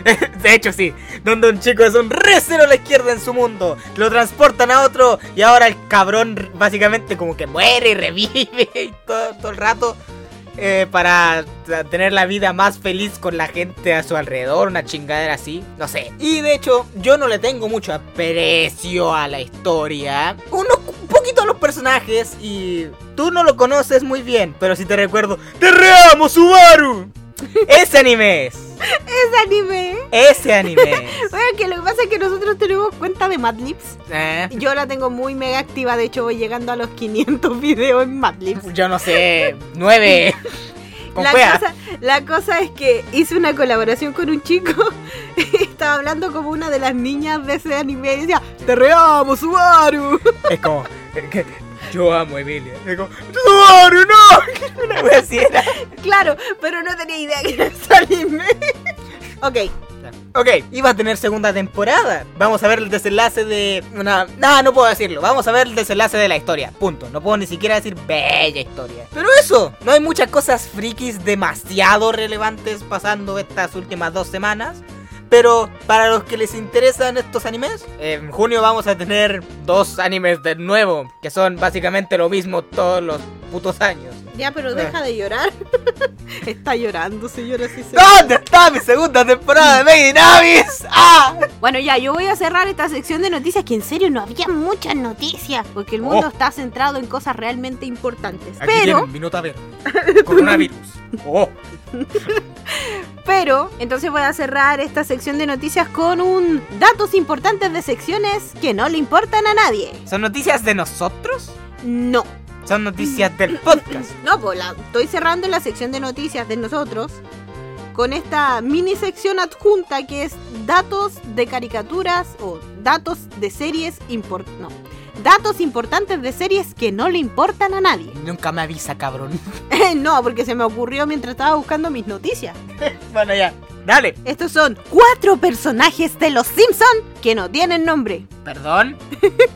Speaker 2: de hecho sí, donde un chico es un recero a la izquierda en su mundo. Lo transportan a otro y ahora el cabrón básicamente como que muere y revive y todo, todo el rato. eh, para t- tener la vida más feliz con la gente a su alrededor, una chingadera así, no sé. Y de hecho, yo no le tengo mucho aprecio a la historia. Uno, un poquito a los personajes y tú no lo conoces muy bien, pero si te recuerdo, ¡Te reamo, Subaru! Ese anime es.
Speaker 1: Es anime.
Speaker 2: Ese anime.
Speaker 1: Oigan, que lo que pasa es que nosotros tenemos cuenta de Mad Libs.
Speaker 2: Eh,
Speaker 1: Yo la tengo muy mega activa. De hecho, voy llegando a los 500 videos en Mad Libs.
Speaker 2: Yo no sé, nueve. Con
Speaker 1: La
Speaker 2: fea.
Speaker 1: cosa, la cosa es que hice una colaboración con un chico y estaba hablando como una de las niñas de ese anime y decía, te reamos, Subaru.
Speaker 2: Es como, eh, que yo amo a Emilia. Es como, ¡Subaru, no! Una wea así era.
Speaker 1: Claro, pero no tenía idea que era ese anime. ok,
Speaker 2: Ok, iba a tener segunda temporada. Vamos a ver el desenlace de una. No, no puedo decirlo. Vamos a ver el desenlace de la historia. Punto. No puedo ni siquiera decir bella historia. Pero eso, no hay muchas cosas frikis demasiado relevantes pasando estas últimas dos semanas. Pero para los que les interesan estos animes, en junio vamos a tener dos animes de nuevo, que son básicamente lo mismo todos los putos años.
Speaker 1: ya, pero
Speaker 2: deja
Speaker 1: deja de llorar. Está llorando, señora. Sí,
Speaker 2: ¿Dónde está mi segunda temporada de Made in Abyss? ¡Ah!
Speaker 1: Bueno, ya, yo voy a cerrar esta sección de noticias que en serio no había muchas noticias porque el mundo
Speaker 2: Oh.
Speaker 1: está centrado en cosas realmente importantes. pero...
Speaker 2: mi nota verde. Coronavirus. Oh.
Speaker 1: Pero, entonces voy a cerrar esta sección de noticias con un datos importantes de secciones que no le importan a nadie.
Speaker 2: ¿Son noticias de nosotros?
Speaker 1: No.
Speaker 2: Son noticias del podcast.
Speaker 1: No, pues la- estoy cerrando la sección de noticias de nosotros con esta mini sección adjunta que es datos de caricaturas o datos de series import no, datos importantes de series que no le importan a nadie.
Speaker 2: Nunca me avisa, cabrón.
Speaker 1: no, porque se me ocurrió mientras estaba buscando mis noticias.
Speaker 2: Bueno, ya. Dale.
Speaker 1: Estos son cuatro personajes de los Simpson que no tienen nombre.
Speaker 2: Perdón.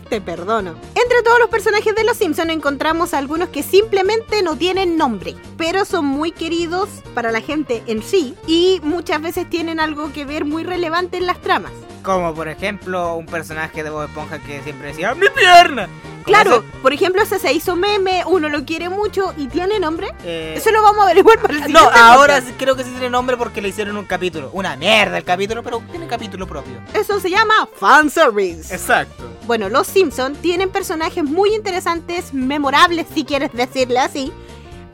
Speaker 1: Te perdono. Entre todos los personajes de los Simpson encontramos algunos que simplemente no tienen nombre, pero son muy queridos para la gente en sí y muchas veces tienen algo que ver muy relevante en las tramas.
Speaker 2: Como por ejemplo un personaje de Bob Esponja que siempre decía ¡Mi pierna! Como
Speaker 1: Claro,
Speaker 2: ese-
Speaker 1: por ejemplo, ese se hizo meme, uno lo quiere mucho y tiene nombre.
Speaker 2: eh,
Speaker 1: Eso lo vamos a averiguar para el
Speaker 2: No,
Speaker 1: siguiente
Speaker 2: ahora
Speaker 1: podcast.
Speaker 2: sí creo que sí tiene nombre porque le hicieron un capítulo. Una mierda el capítulo, pero tiene capítulo propio.
Speaker 1: Eso se llama fanservice.
Speaker 2: Exacto.
Speaker 1: Bueno, los Simpson tienen personajes muy interesantes, memorables si quieres decirle así,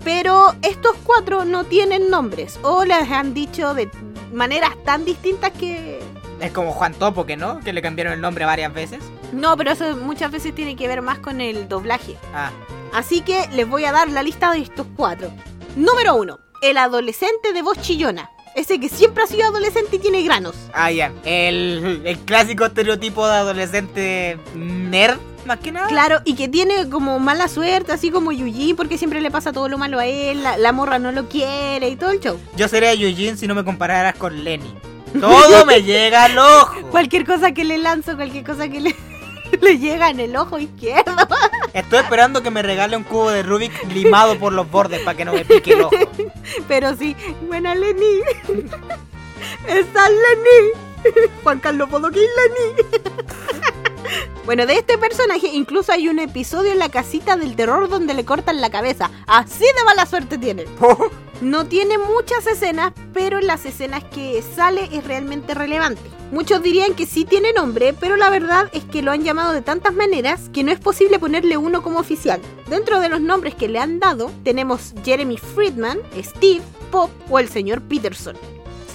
Speaker 1: pero estos cuatro no tienen nombres o les han dicho de maneras tan distintas que...
Speaker 2: Es como Juan Topo, que no, que le cambiaron el nombre varias veces.
Speaker 1: No, pero eso muchas veces tiene que ver más con el doblaje.
Speaker 2: Ah,
Speaker 1: Así que les voy a dar la lista de estos cuatro. Número uno, el adolescente de voz chillona. Ese que siempre ha sido adolescente y tiene granos.
Speaker 2: ah, ya. El, el clásico estereotipo de adolescente nerd, más que nada.
Speaker 1: Claro, y que tiene como mala suerte, así como Yuji, porque siempre le pasa todo lo malo a él, la, la morra no lo quiere y todo el show.
Speaker 2: Yo sería Eugene si no me compararas con Lenny. Todo me llega al ojo.
Speaker 1: Cualquier cosa que le lanzo, cualquier cosa que le, le llega en el ojo izquierdo.
Speaker 2: Estoy esperando que me regale un cubo de Rubik limado por los bordes para que no me pique el ojo.
Speaker 1: Pero sí, buena Lenny. Está Lenny. Juan Carlos Bodoquín Lenny. Bueno, de este personaje incluso hay un episodio en la casita del terror donde le cortan la cabeza. Así de mala suerte tiene. No tiene muchas escenas, pero en las escenas que sale es realmente relevante. Muchos dirían que sí tiene nombre, pero la verdad es que lo han llamado de tantas maneras que no es posible ponerle uno como oficial. Dentro de los nombres que le han dado, tenemos Jeremy Friedman, Steve, Pop o el señor Peterson.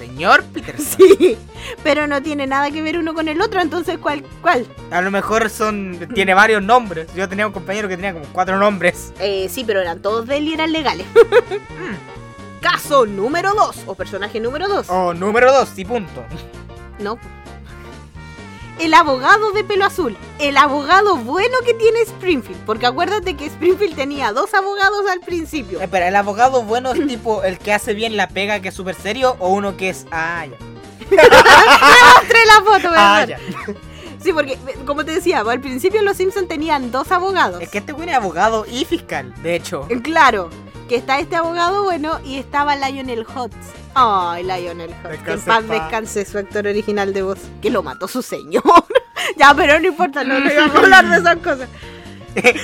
Speaker 2: Señor Peterson.
Speaker 1: Sí, pero no tiene nada que ver uno con el otro, entonces ¿cuál? ¿Cuál?
Speaker 2: A lo mejor son. tiene varios nombres. Yo tenía un compañero que tenía como cuatro nombres.
Speaker 1: Eh, sí, pero eran todos de él y eran legales. Mm. Caso número 2 o personaje número 2.
Speaker 2: O Oh, número dos, y punto.
Speaker 1: No. El abogado de pelo azul. El abogado bueno que tiene Springfield. Porque acuérdate que Springfield tenía dos abogados al principio.
Speaker 2: Espera, ¿el abogado bueno es tipo el que hace bien la pega que es súper serio o uno que es. Ah, ya.
Speaker 1: Mostré la foto,
Speaker 2: Ah,
Speaker 1: ¿verdad?
Speaker 2: ya.
Speaker 1: Sí, porque como te decía, al principio los Simpsons tenían dos abogados.
Speaker 2: Es que este güey es abogado y fiscal, de hecho.
Speaker 1: Claro, que está este abogado bueno y estaba Lionel Hutz. Ay, Lionel Hutz. que en
Speaker 2: Descanse
Speaker 1: paz
Speaker 2: en paz.
Speaker 1: descanse su actor original de voz. Que lo mató su señor. ya, pero no importa, no, no íbamos a hablar de esas cosas.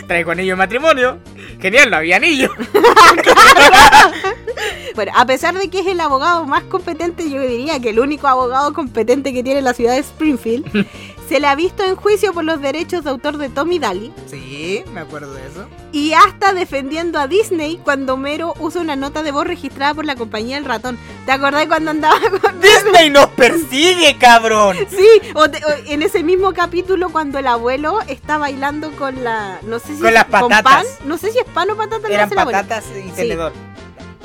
Speaker 2: Traigo anillo de matrimonio. Genial, no había anillo.
Speaker 1: Bueno, a pesar de que es el abogado más competente, yo diría que el único abogado competente que tiene la ciudad de Springfield, se le ha visto en juicio por los derechos de autor de Tommy Daly
Speaker 2: Sí, me acuerdo de eso.
Speaker 1: y hasta defendiendo a Disney cuando Mero usa una nota de voz registrada por la compañía del ratón. ¿Te acordás cuando andaba con...
Speaker 2: Disney nos persigue, cabrón.
Speaker 1: Sí, o te- o en ese mismo capítulo cuando el abuelo está bailando con la... No sé si
Speaker 2: Con las patatas.
Speaker 1: pan, no sé si es pan o patata. le
Speaker 2: Eran
Speaker 1: hace el abuelo.
Speaker 2: patatas y tenedor.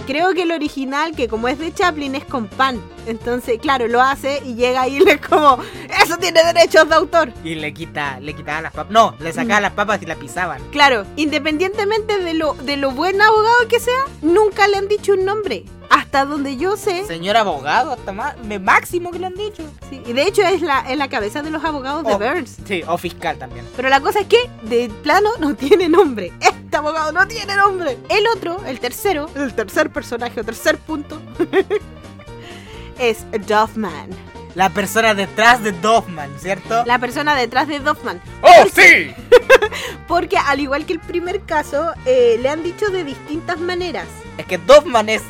Speaker 1: Creo que el original, que como es de Chaplin, es con pan. Entonces, claro, lo hace y llega ahí y le es como, ¡eso tiene derechos de autor!
Speaker 2: Y le quita, le quitaban las papas. No, le sacaban las papas y la pisaban.
Speaker 1: Claro, independientemente de lo, de lo buen abogado que sea, nunca le han dicho un nombre. Hasta donde yo sé.
Speaker 2: Señor abogado, hasta más, me- máximo que le han dicho.
Speaker 1: sí, y de hecho es la, es la cabeza de los abogados de
Speaker 2: Oh.
Speaker 1: Burns.
Speaker 2: Sí, o fiscal también.
Speaker 1: Pero la cosa es que, de plano, no tiene nombre. Este abogado no tiene nombre. El otro, el tercero, el tercer personaje o tercer punto, es Duffman.
Speaker 2: La persona detrás de Doffman, ¿cierto?
Speaker 1: La persona detrás de Duffman.
Speaker 2: ¡Oh, sí!
Speaker 1: Porque al igual que el primer caso, eh, le han dicho de distintas maneras.
Speaker 2: Es que Doffman es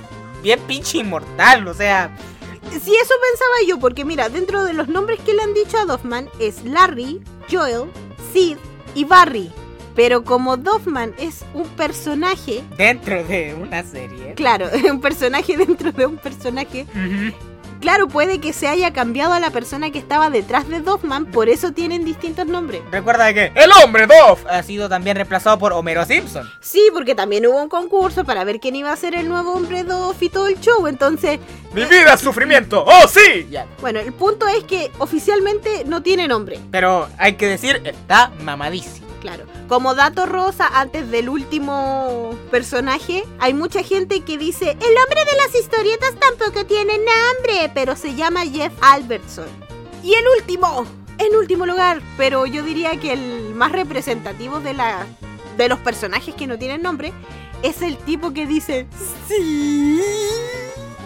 Speaker 2: bien pinche inmortal, o sea,
Speaker 1: Si eso pensaba yo, porque mira, dentro de los nombres que le han dicho a Doffman es Larry, Joel, Sid y Barry. Pero como Doffman es un personaje,
Speaker 2: dentro de una serie.
Speaker 1: claro, un personaje dentro de un personaje,
Speaker 2: Ujú.
Speaker 1: claro, puede que se haya cambiado a la persona que estaba detrás de Doffman, por eso tienen distintos nombres.
Speaker 2: Recuerda que el hombre Doff ha sido también reemplazado por Homero Simpson.
Speaker 1: Sí, porque también hubo un concurso para ver quién iba a ser el nuevo hombre Doff y todo el show, entonces
Speaker 2: ¡Mi vida es sufrimiento! ¡Oh, sí! Ya.
Speaker 1: Bueno, el punto es que oficialmente no tiene nombre,
Speaker 2: Pero hay que decir, está mamadísimo.
Speaker 1: claro. Como dato rosa, antes del último personaje, hay mucha gente que dice, el hombre de las historietas tampoco tiene nombre, pero se llama Jeff Albertson. Y el último, en último lugar, pero yo diría que el más representativo de, la, de los personajes que no tienen nombre, es el tipo que dice, sí,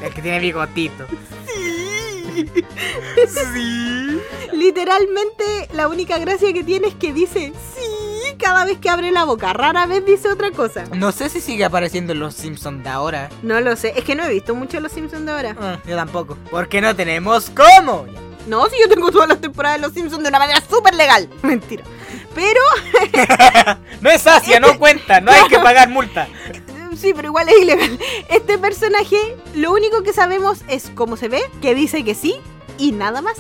Speaker 2: El que tiene bigotito.
Speaker 1: sí.
Speaker 2: Sí.
Speaker 1: Literalmente la única gracia que tiene es que dice sí cada vez que abre la boca, rara vez dice otra cosa.
Speaker 2: No sé si sigue apareciendo en los Simpsons de ahora.
Speaker 1: No lo sé, es que no he visto mucho Los Simpsons de ahora.
Speaker 2: Ah, yo tampoco. Porque no tenemos cómo. Ya.
Speaker 1: No, si yo tengo todas las temporadas de Los Simpsons de una manera súper legal. Mentira. Pero,
Speaker 2: No es Asia, no cuenta. No hay que pagar multa.
Speaker 1: eh, sí, pero igual es ilegal. Este personaje, lo único que sabemos es cómo se ve, que dice que sí y nada más.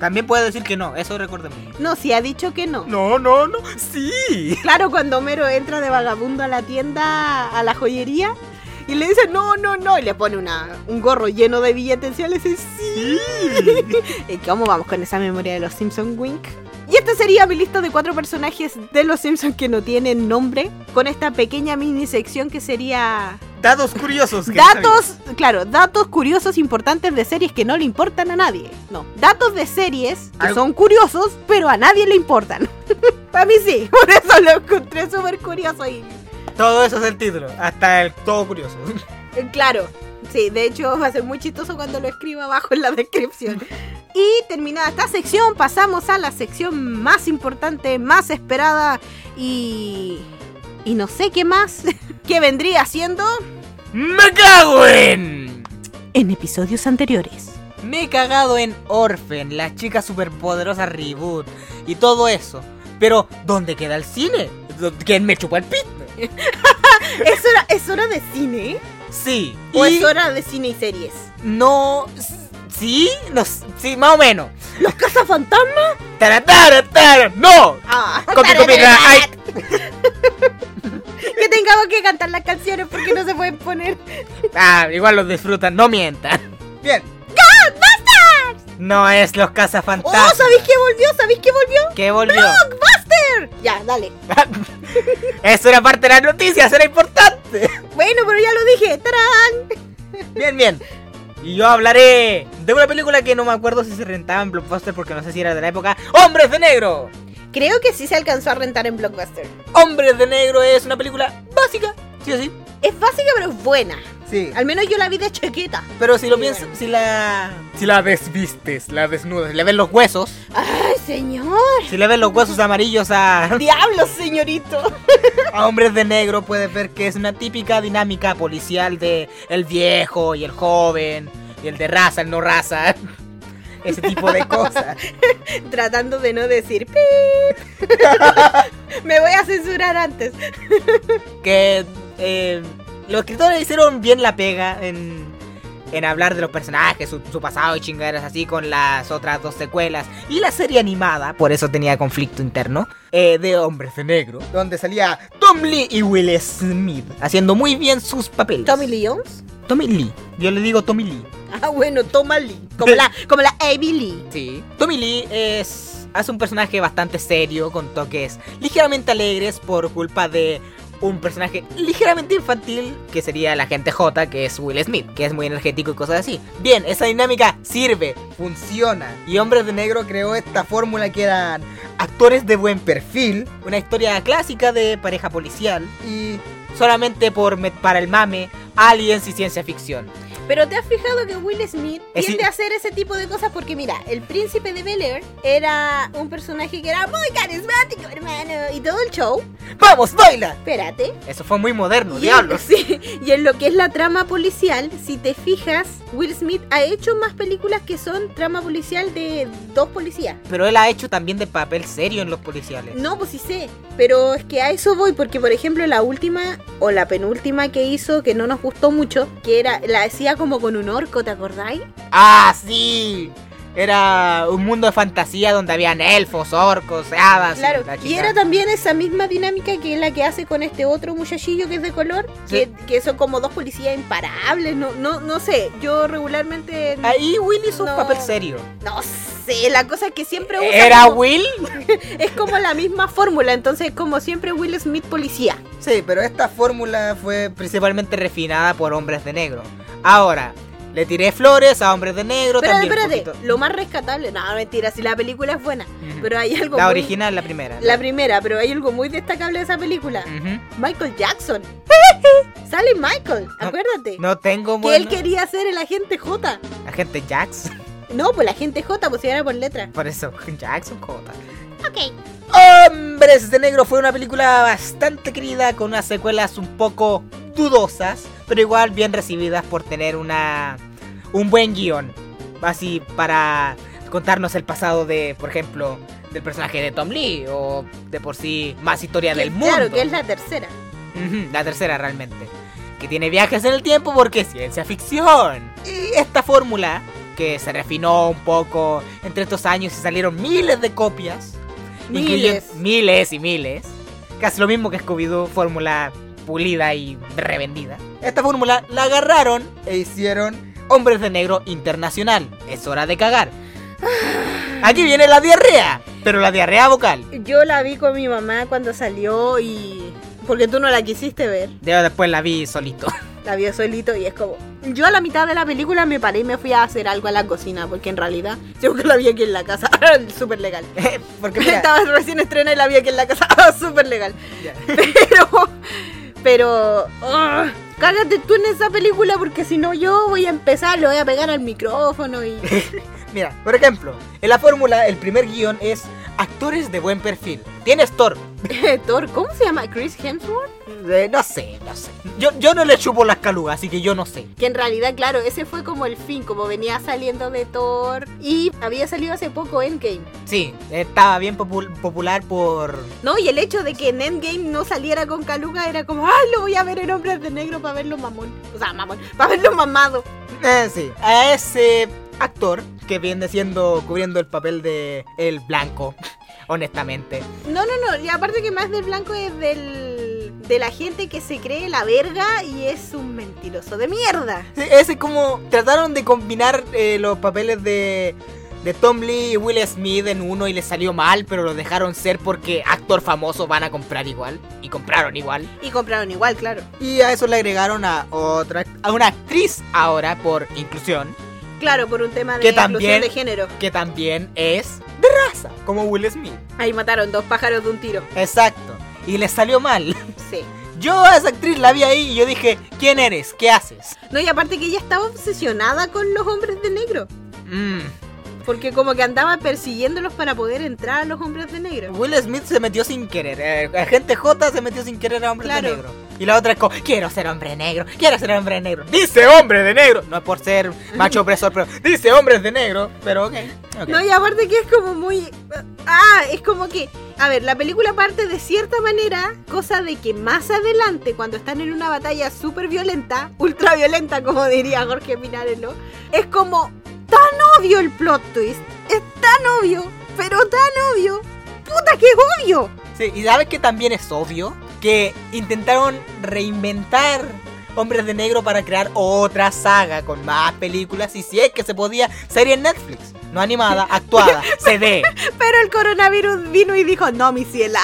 Speaker 2: También puedo decir que no, eso recordemos.
Speaker 1: No, si ha dicho que no.
Speaker 2: No, no, no. Sí.
Speaker 1: Claro, cuando Homero entra de vagabundo a la tienda, a la joyería, y le dice, no, no, no, y le pone una, un gorro lleno de billetes y le dice, sí. ¿Y cómo vamos con esa memoria de los Simpson Wink? Y esta sería mi lista de cuatro personajes de los Simpsons que no tienen nombre, con esta pequeña mini sección que sería
Speaker 2: Datos curiosos. que
Speaker 1: datos, claro, datos curiosos importantes de series que no le importan a nadie. No, datos de series que
Speaker 2: Algo-
Speaker 1: son curiosos, pero a nadie le importan. Para mí sí, por eso lo encontré súper curioso y
Speaker 2: sabía. Todo eso es el título. Hasta el todo curioso.
Speaker 1: Eh, Claro, sí, de hecho va a ser muy chistoso cuando lo escriba abajo en la descripción. Y terminada esta sección, pasamos a la sección más importante, más esperada y. y no sé qué más, que vendría siendo
Speaker 2: ¡Me cago en!
Speaker 1: en episodios anteriores.
Speaker 2: Me he cagado en Orphan, la chica superpoderosa reboot y todo eso. Pero, ¿dónde queda el cine? ¿Quién me chupa el pito?
Speaker 1: ¿Es hora, es hora de cine? ¿eh?
Speaker 2: Sí.
Speaker 1: ¿O
Speaker 2: y
Speaker 1: es hora de cine y series?
Speaker 2: No. Sí, no, sí, más o menos.
Speaker 1: ¿Los cazafantasmas?
Speaker 2: ¡Taratara, tara! ¡No!
Speaker 1: Ah,
Speaker 2: Copia, copia, ay.
Speaker 1: que tengamos que cantar las canciones porque no se pueden poner.
Speaker 2: Ah, igual los disfrutan, no mientan. Bien. No es los
Speaker 1: ¡Oh,
Speaker 2: cazafantasmas.
Speaker 1: ¿sabéis que volvió? ¿Sabéis que volvió?
Speaker 2: que volvió.
Speaker 1: ¡Blockbuster! Ya, dale.
Speaker 2: Eso era parte de las noticias, era importante.
Speaker 1: Bueno, pero ya lo dije. ¡Tarán!
Speaker 2: Bien, bien. Y yo hablaré de una película que no me acuerdo si se rentaba en Blockbuster porque no sé si era de la época. ¡Hombres de Negro!
Speaker 1: Creo que sí se alcanzó a rentar en Blockbuster.
Speaker 2: ¡Hombres de Negro es una película básica! Sí o sí.
Speaker 1: Es básica, pero es buena.
Speaker 2: Sí.
Speaker 1: Al menos yo la vi de chiquita.
Speaker 2: Pero si lo
Speaker 1: Sí,
Speaker 2: piensas,
Speaker 1: bueno.
Speaker 2: si la. Si la desvistes, la desnudas, le ves los huesos.
Speaker 1: ¡Ay, señor!
Speaker 2: Si le ves los huesos amarillos a,
Speaker 1: ¡Diablos, señorito!
Speaker 2: a hombres de negro, puedes ver que es una típica dinámica policial de el viejo y el joven y el de raza, el no raza. Ese tipo de cosas.
Speaker 1: Tratando de no decir pip. Me voy a censurar antes.
Speaker 2: que eh, los escritores hicieron bien la pega en, en hablar de los personajes, su, su pasado y chingaderas así con las otras dos secuelas. Y la serie animada, por eso tenía conflicto interno, eh, de Hombres de Negro, donde salía Tom Lee y Will Smith, haciendo muy bien sus papeles.
Speaker 1: ¿Tommy Lee Jones?
Speaker 2: Tommy Lee. Yo le digo Tommy Lee.
Speaker 1: Ah, bueno, Toma Lee. Como la, como la Amy Lee.
Speaker 2: Sí. Tommy Lee es. hace un personaje bastante serio, con toques ligeramente alegres por culpa de un personaje ligeramente infantil, que sería la gente J, que es Will Smith, que es muy energético y cosas así. Bien, esa dinámica sirve, funciona. Y Hombres de Negro creó esta fórmula que eran actores de buen perfil, una historia clásica de pareja policial y solamente por me- para el mame, aliens y ciencia ficción.
Speaker 1: Pero te has fijado que Will Smith
Speaker 2: Es
Speaker 1: tiende
Speaker 2: i-
Speaker 1: a hacer ese tipo de cosas porque mira, el príncipe de Bel Air era un personaje que era muy carismático, hermano, y todo el show.
Speaker 2: ¡Vamos, baila!
Speaker 1: Espérate.
Speaker 2: Eso fue muy moderno,
Speaker 1: Y en,
Speaker 2: diablos.
Speaker 1: sí, y en lo que es la trama policial, si te fijas, Will Smith ha hecho más películas que son trama policial de dos policías.
Speaker 2: Pero él ha hecho también de papel serio en los policiales.
Speaker 1: No, pues sí sé, pero es que a eso voy, porque por ejemplo la última o la penúltima que hizo, que no nos gustó mucho, que era, la hacía como con un orco, ¿te acordáis?
Speaker 2: ¡Ah, sí! Era un mundo de fantasía donde habían elfos, orcos, hadas.
Speaker 1: Claro,
Speaker 2: Ah, la
Speaker 1: y
Speaker 2: chica.
Speaker 1: era también esa misma dinámica que es la que hace con este otro muchachillo que es de color,
Speaker 2: Sí.
Speaker 1: que, que son como dos policías imparables, no, no, no sé, yo regularmente...
Speaker 2: Ahí Will hizo
Speaker 1: No.
Speaker 2: un papel serio.
Speaker 1: No sé, la cosa es que siempre usa
Speaker 2: ¿Era
Speaker 1: como-
Speaker 2: Will?
Speaker 1: es como la misma fórmula, entonces como siempre Will Smith policía.
Speaker 2: Sí, pero esta fórmula fue principalmente refinada por hombres de negro. Ahora, le tiré flores a hombres de negro
Speaker 1: Espérate,
Speaker 2: también. un
Speaker 1: espérate,
Speaker 2: poquito.
Speaker 1: lo más rescatable, no, mentira, si la película es buena,
Speaker 2: Ujú.
Speaker 1: pero hay algo
Speaker 2: la
Speaker 1: muy-
Speaker 2: original, la primera.
Speaker 1: La primera, pero hay algo muy destacable de esa película.
Speaker 2: Ujú.
Speaker 1: Michael Jackson. Sale Michael, acuérdate.
Speaker 2: Mm. No tengo
Speaker 1: que él
Speaker 2: bueno.
Speaker 1: quería ser el agente J.
Speaker 2: Agente Jackson.
Speaker 1: No, pues la gente J, pues si era por letra.
Speaker 2: Por eso, Jackson Jota.
Speaker 1: Ok.
Speaker 2: Hombres de Negro fue una película bastante querida con unas secuelas un poco dudosas, pero igual bien recibidas por tener una un buen guión. Así para contarnos el pasado de, por ejemplo, del personaje de Tom Lee o de por sí más historia del mundo.
Speaker 1: Claro, que es la tercera.
Speaker 2: Ujú, la tercera realmente. Que tiene viajes en el tiempo porque es ciencia ficción. Y esta fórmula, que se refinó un poco entre estos años y salieron miles de copias. incluyen-
Speaker 1: Miles.
Speaker 2: miles y miles. Casi lo mismo que Scooby-Doo, fórmula pulida y revendida. Esta fórmula la agarraron e hicieron Hombres de Negro Internacional. Es hora de cagar. Aquí viene la diarrea, pero la diarrea vocal.
Speaker 1: Yo la vi con mi mamá cuando salió y. Porque tú no la quisiste ver.
Speaker 2: Yo después la vi solito.
Speaker 1: La vio solito y es como. Yo a la mitad de la película me paré y me fui a hacer algo a la cocina. Porque en realidad, yo que la vi aquí en la casa. Súper legal.
Speaker 2: Eh, Porque mira,
Speaker 1: Estaba recién estrena y la vi aquí en la casa. Súper legal.
Speaker 2: ya.
Speaker 1: Pero. Pero. ah, cágate tú en esa película porque si no yo voy a empezar, le voy a pegar al micrófono y.
Speaker 2: Mira, por ejemplo, en la fórmula el primer guión es actores de buen perfil. Tienes Thor.
Speaker 1: eh, Thor, ¿cómo se llama? Chris Hemsworth?
Speaker 2: Eh, no sé, no sé. Yo, yo no le chupo las calugas, así que yo no sé.
Speaker 1: Que en realidad, claro, ese fue como el fin, como venía saliendo de Thor y había salido hace poco Endgame.
Speaker 2: Sí, estaba bien popul- popular por...
Speaker 1: No, y el hecho de que en Endgame no saliera con Caluga era como, ay, lo voy a ver en Hombres de Negro para verlo mamón. O sea, mamón, para verlo mamado.
Speaker 2: Eh, sí, a ese actor que viene siendo, cubriendo el papel de el blanco, honestamente.
Speaker 1: No, no, no, y aparte que más del blanco es del, de la gente que se cree la verga y es un mentiroso de mierda.
Speaker 2: Sí, ese como trataron de combinar eh, los papeles de, de Tom Lee y Will Smith en uno y les salió mal, pero lo dejaron ser porque actor famoso van a comprar igual y compraron igual.
Speaker 1: Y compraron igual, claro.
Speaker 2: Y a eso le agregaron a otra a una actriz ahora por inclusión,
Speaker 1: Claro, por un tema de
Speaker 2: Que
Speaker 1: inclusión
Speaker 2: también-
Speaker 1: de género.
Speaker 2: que también es de raza, como Will Smith.
Speaker 1: Ahí mataron dos pájaros de un tiro.
Speaker 2: Exacto. Y le salió mal.
Speaker 1: Sí.
Speaker 2: Yo a esa actriz la vi ahí y yo dije, ¿quién eres? ¿Qué haces?
Speaker 1: No, y aparte que ella estaba obsesionada con los hombres de negro.
Speaker 2: Mm.
Speaker 1: Porque como que andaba persiguiéndolos para poder entrar a los hombres de negro.
Speaker 2: Will Smith se metió sin querer. eh, Agente J se metió sin querer a hombre
Speaker 1: Claro.
Speaker 2: de negro. Y la otra es como, quiero ser hombre negro, quiero ser hombre negro. Dice hombre de negro. No es por ser macho opresor, pero dice hombre de negro. Pero ok. ok.
Speaker 1: No, y aparte que es como muy... Ah, es como que... A ver, la película parte de cierta manera, cosa de que más adelante, cuando están en una batalla súper violenta, ultra violenta, como diría Jorge Pinarello, es como tan obvio el plot twist, es tan obvio, pero tan obvio, puta que es obvio.
Speaker 2: Sí, y sabes que también es obvio que intentaron reinventar Hombres de Negro para crear otra saga con más películas y si es que se podía, serie en Netflix. No animada, actuada, CD.
Speaker 1: Pero el coronavirus vino y dijo, no, mi ciela.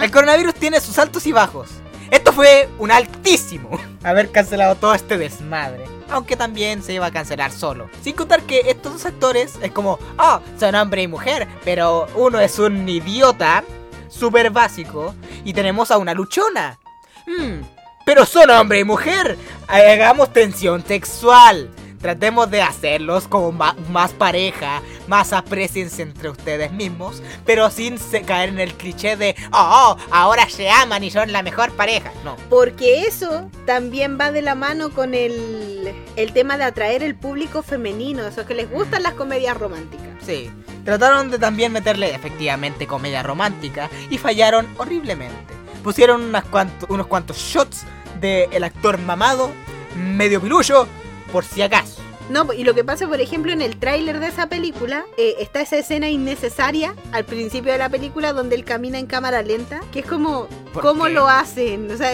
Speaker 2: El coronavirus tiene sus altos y bajos. Esto fue un altísimo. Haber cancelado todo este desmadre. Aunque también se iba a cancelar solo. Sin contar que estos dos actores es como, ah, son hombre y mujer, pero uno es un idiota, súper básico, y tenemos a una luchona. Mm, pero son hombre y mujer. Hagamos tensión sexual. Tratemos de hacerlos como ma- más pareja, más apreciense entre ustedes mismos, pero sin se- caer en el cliché de, oh, oh, ahora se aman y son la mejor pareja. No.
Speaker 1: Porque eso también va de la mano con el, el tema de atraer el público femenino, esos que les gustan las comedias románticas.
Speaker 2: Sí. Trataron de también meterle efectivamente comedia romántica y fallaron horriblemente. Pusieron unas cuanto- unos cuantos shots del el actor mamado, medio pilullo, por si acaso.
Speaker 1: No, y lo que pasa, por ejemplo, en el tráiler de esa película, eh, está esa escena innecesaria al principio de la película donde él camina en cámara lenta, que es como,
Speaker 2: ¿Por
Speaker 1: ¿cómo
Speaker 2: qué?
Speaker 1: lo hacen? O sea,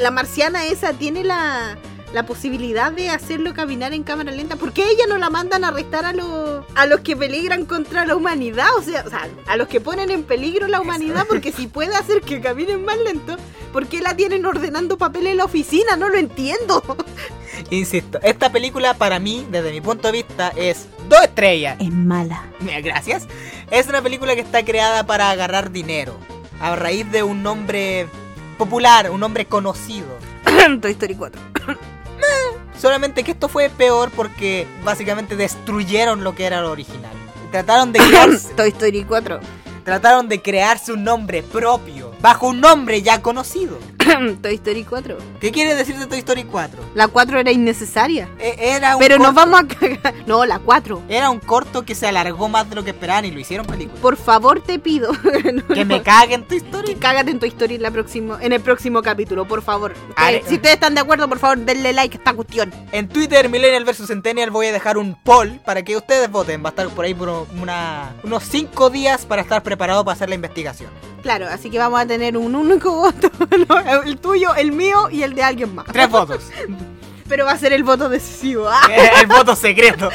Speaker 1: la marciana esa tiene la, la posibilidad de hacerlo caminar en cámara lenta. ¿Por qué ella no la mandan a arrestar a, los a los que peligran contra la humanidad? O sea, o sea, a los que ponen en peligro la humanidad, porque si puede hacer que caminen más lento, ¿por qué la tienen ordenando papel en la oficina? No lo entiendo.
Speaker 2: Insisto, esta película para mí, desde mi punto de vista, es dos estrellas.
Speaker 1: Es mala.
Speaker 2: Mira, Gracias. Es una película que está creada para agarrar dinero. A raíz de un nombre popular, un nombre conocido.
Speaker 1: Toy Story 4.
Speaker 2: Solamente que esto fue peor porque básicamente destruyeron lo que era lo original. Trataron de crearse,
Speaker 1: Toy Story 4.
Speaker 2: trataron de crearse un nombre propio, bajo un nombre ya conocido.
Speaker 1: Toy Story 4.
Speaker 2: ¿Qué quiere decir de Toy Story 4?
Speaker 1: La 4 era innecesaria.
Speaker 2: E- era, un
Speaker 1: Pero nos
Speaker 2: corto-
Speaker 1: vamos a cagar. No, la 4.
Speaker 2: era un corto que se alargó más de lo que esperaban y lo hicieron película.
Speaker 1: Por favor te pido. no,
Speaker 2: Que me
Speaker 1: no.
Speaker 2: caguen Toy Story.
Speaker 1: Que cágate en tu historia en, la próximo, en el próximo capítulo, por favor.
Speaker 2: Are-
Speaker 1: Ustedes- si ustedes están de acuerdo, por favor, denle like a esta cuestión.
Speaker 2: En Twitter, Millennial vs Centennial, voy a dejar un poll para que ustedes voten. Va a estar por ahí por una- unos 5 días para estar preparado para hacer la investigación.
Speaker 1: Claro, así que vamos a tener un único voto. ¿no? el tuyo, el mío y el de alguien más.
Speaker 2: Tres votos.
Speaker 1: Pero va a ser el voto decisivo. ¡Ah!
Speaker 2: Eh, El voto secreto.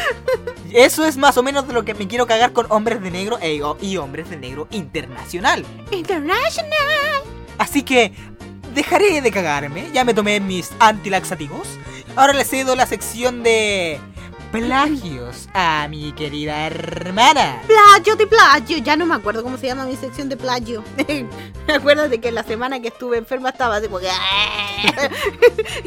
Speaker 2: Eso es más o menos de lo que me quiero cagar con Hombres de Negro e- y Hombres de Negro Internacional.
Speaker 1: International.
Speaker 2: Así que dejaré de cagarme. Ya me tomé mis antilaxativos. Ahora le cedo la sección de plagios a mi querida hermana.
Speaker 1: Plagio de plagio. Ya no me acuerdo cómo se llama mi sección de plagio. Acuérdate que la semana que estuve enferma estaba así como que... "Ah".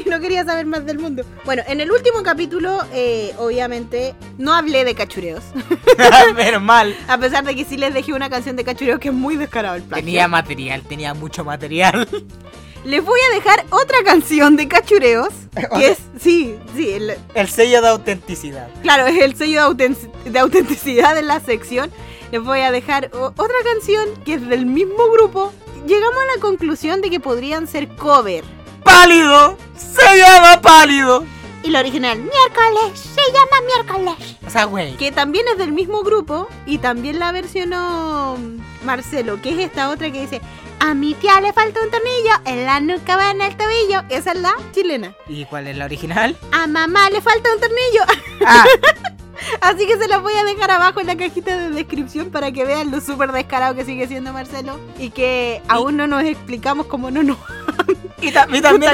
Speaker 1: y no quería saber más del mundo. Bueno, en el último capítulo, eh, obviamente, no hablé de cachureos.
Speaker 2: Menos mal.
Speaker 1: A pesar de que sí les dejé una canción de cachureos que es muy descarado el plagio.
Speaker 2: Tenía material, tenía mucho material.
Speaker 1: Les voy a dejar otra canción de cachureos. Que es... Sí, sí. el-
Speaker 2: El sello de autenticidad.
Speaker 1: Claro, es el sello de, autenci- de autenticidad de la sección. Les voy a dejar o- otra canción que es del mismo grupo. Llegamos a la conclusión de que podrían ser cover.
Speaker 2: Pálido se llama pálido.
Speaker 1: Y la original, mia-
Speaker 3: miércoles, se llama miércoles.
Speaker 2: O sea, güey.
Speaker 1: que también es del mismo grupo y también la versionó mm, Marcelo, que es esta otra que dice, a mi tía le falta un tornillo, en la nuca va en el tobillo. Esa es la chilena.
Speaker 2: ¿Y cuál es la original?
Speaker 1: A mamá le falta un tornillo.
Speaker 2: Ah,
Speaker 1: Así que se las voy a dejar abajo en la cajita de descripción para que vean lo súper descarado que sigue siendo Marcelo y que aún no nos explicamos cómo no nos...
Speaker 2: y, ta- y también
Speaker 1: Cantado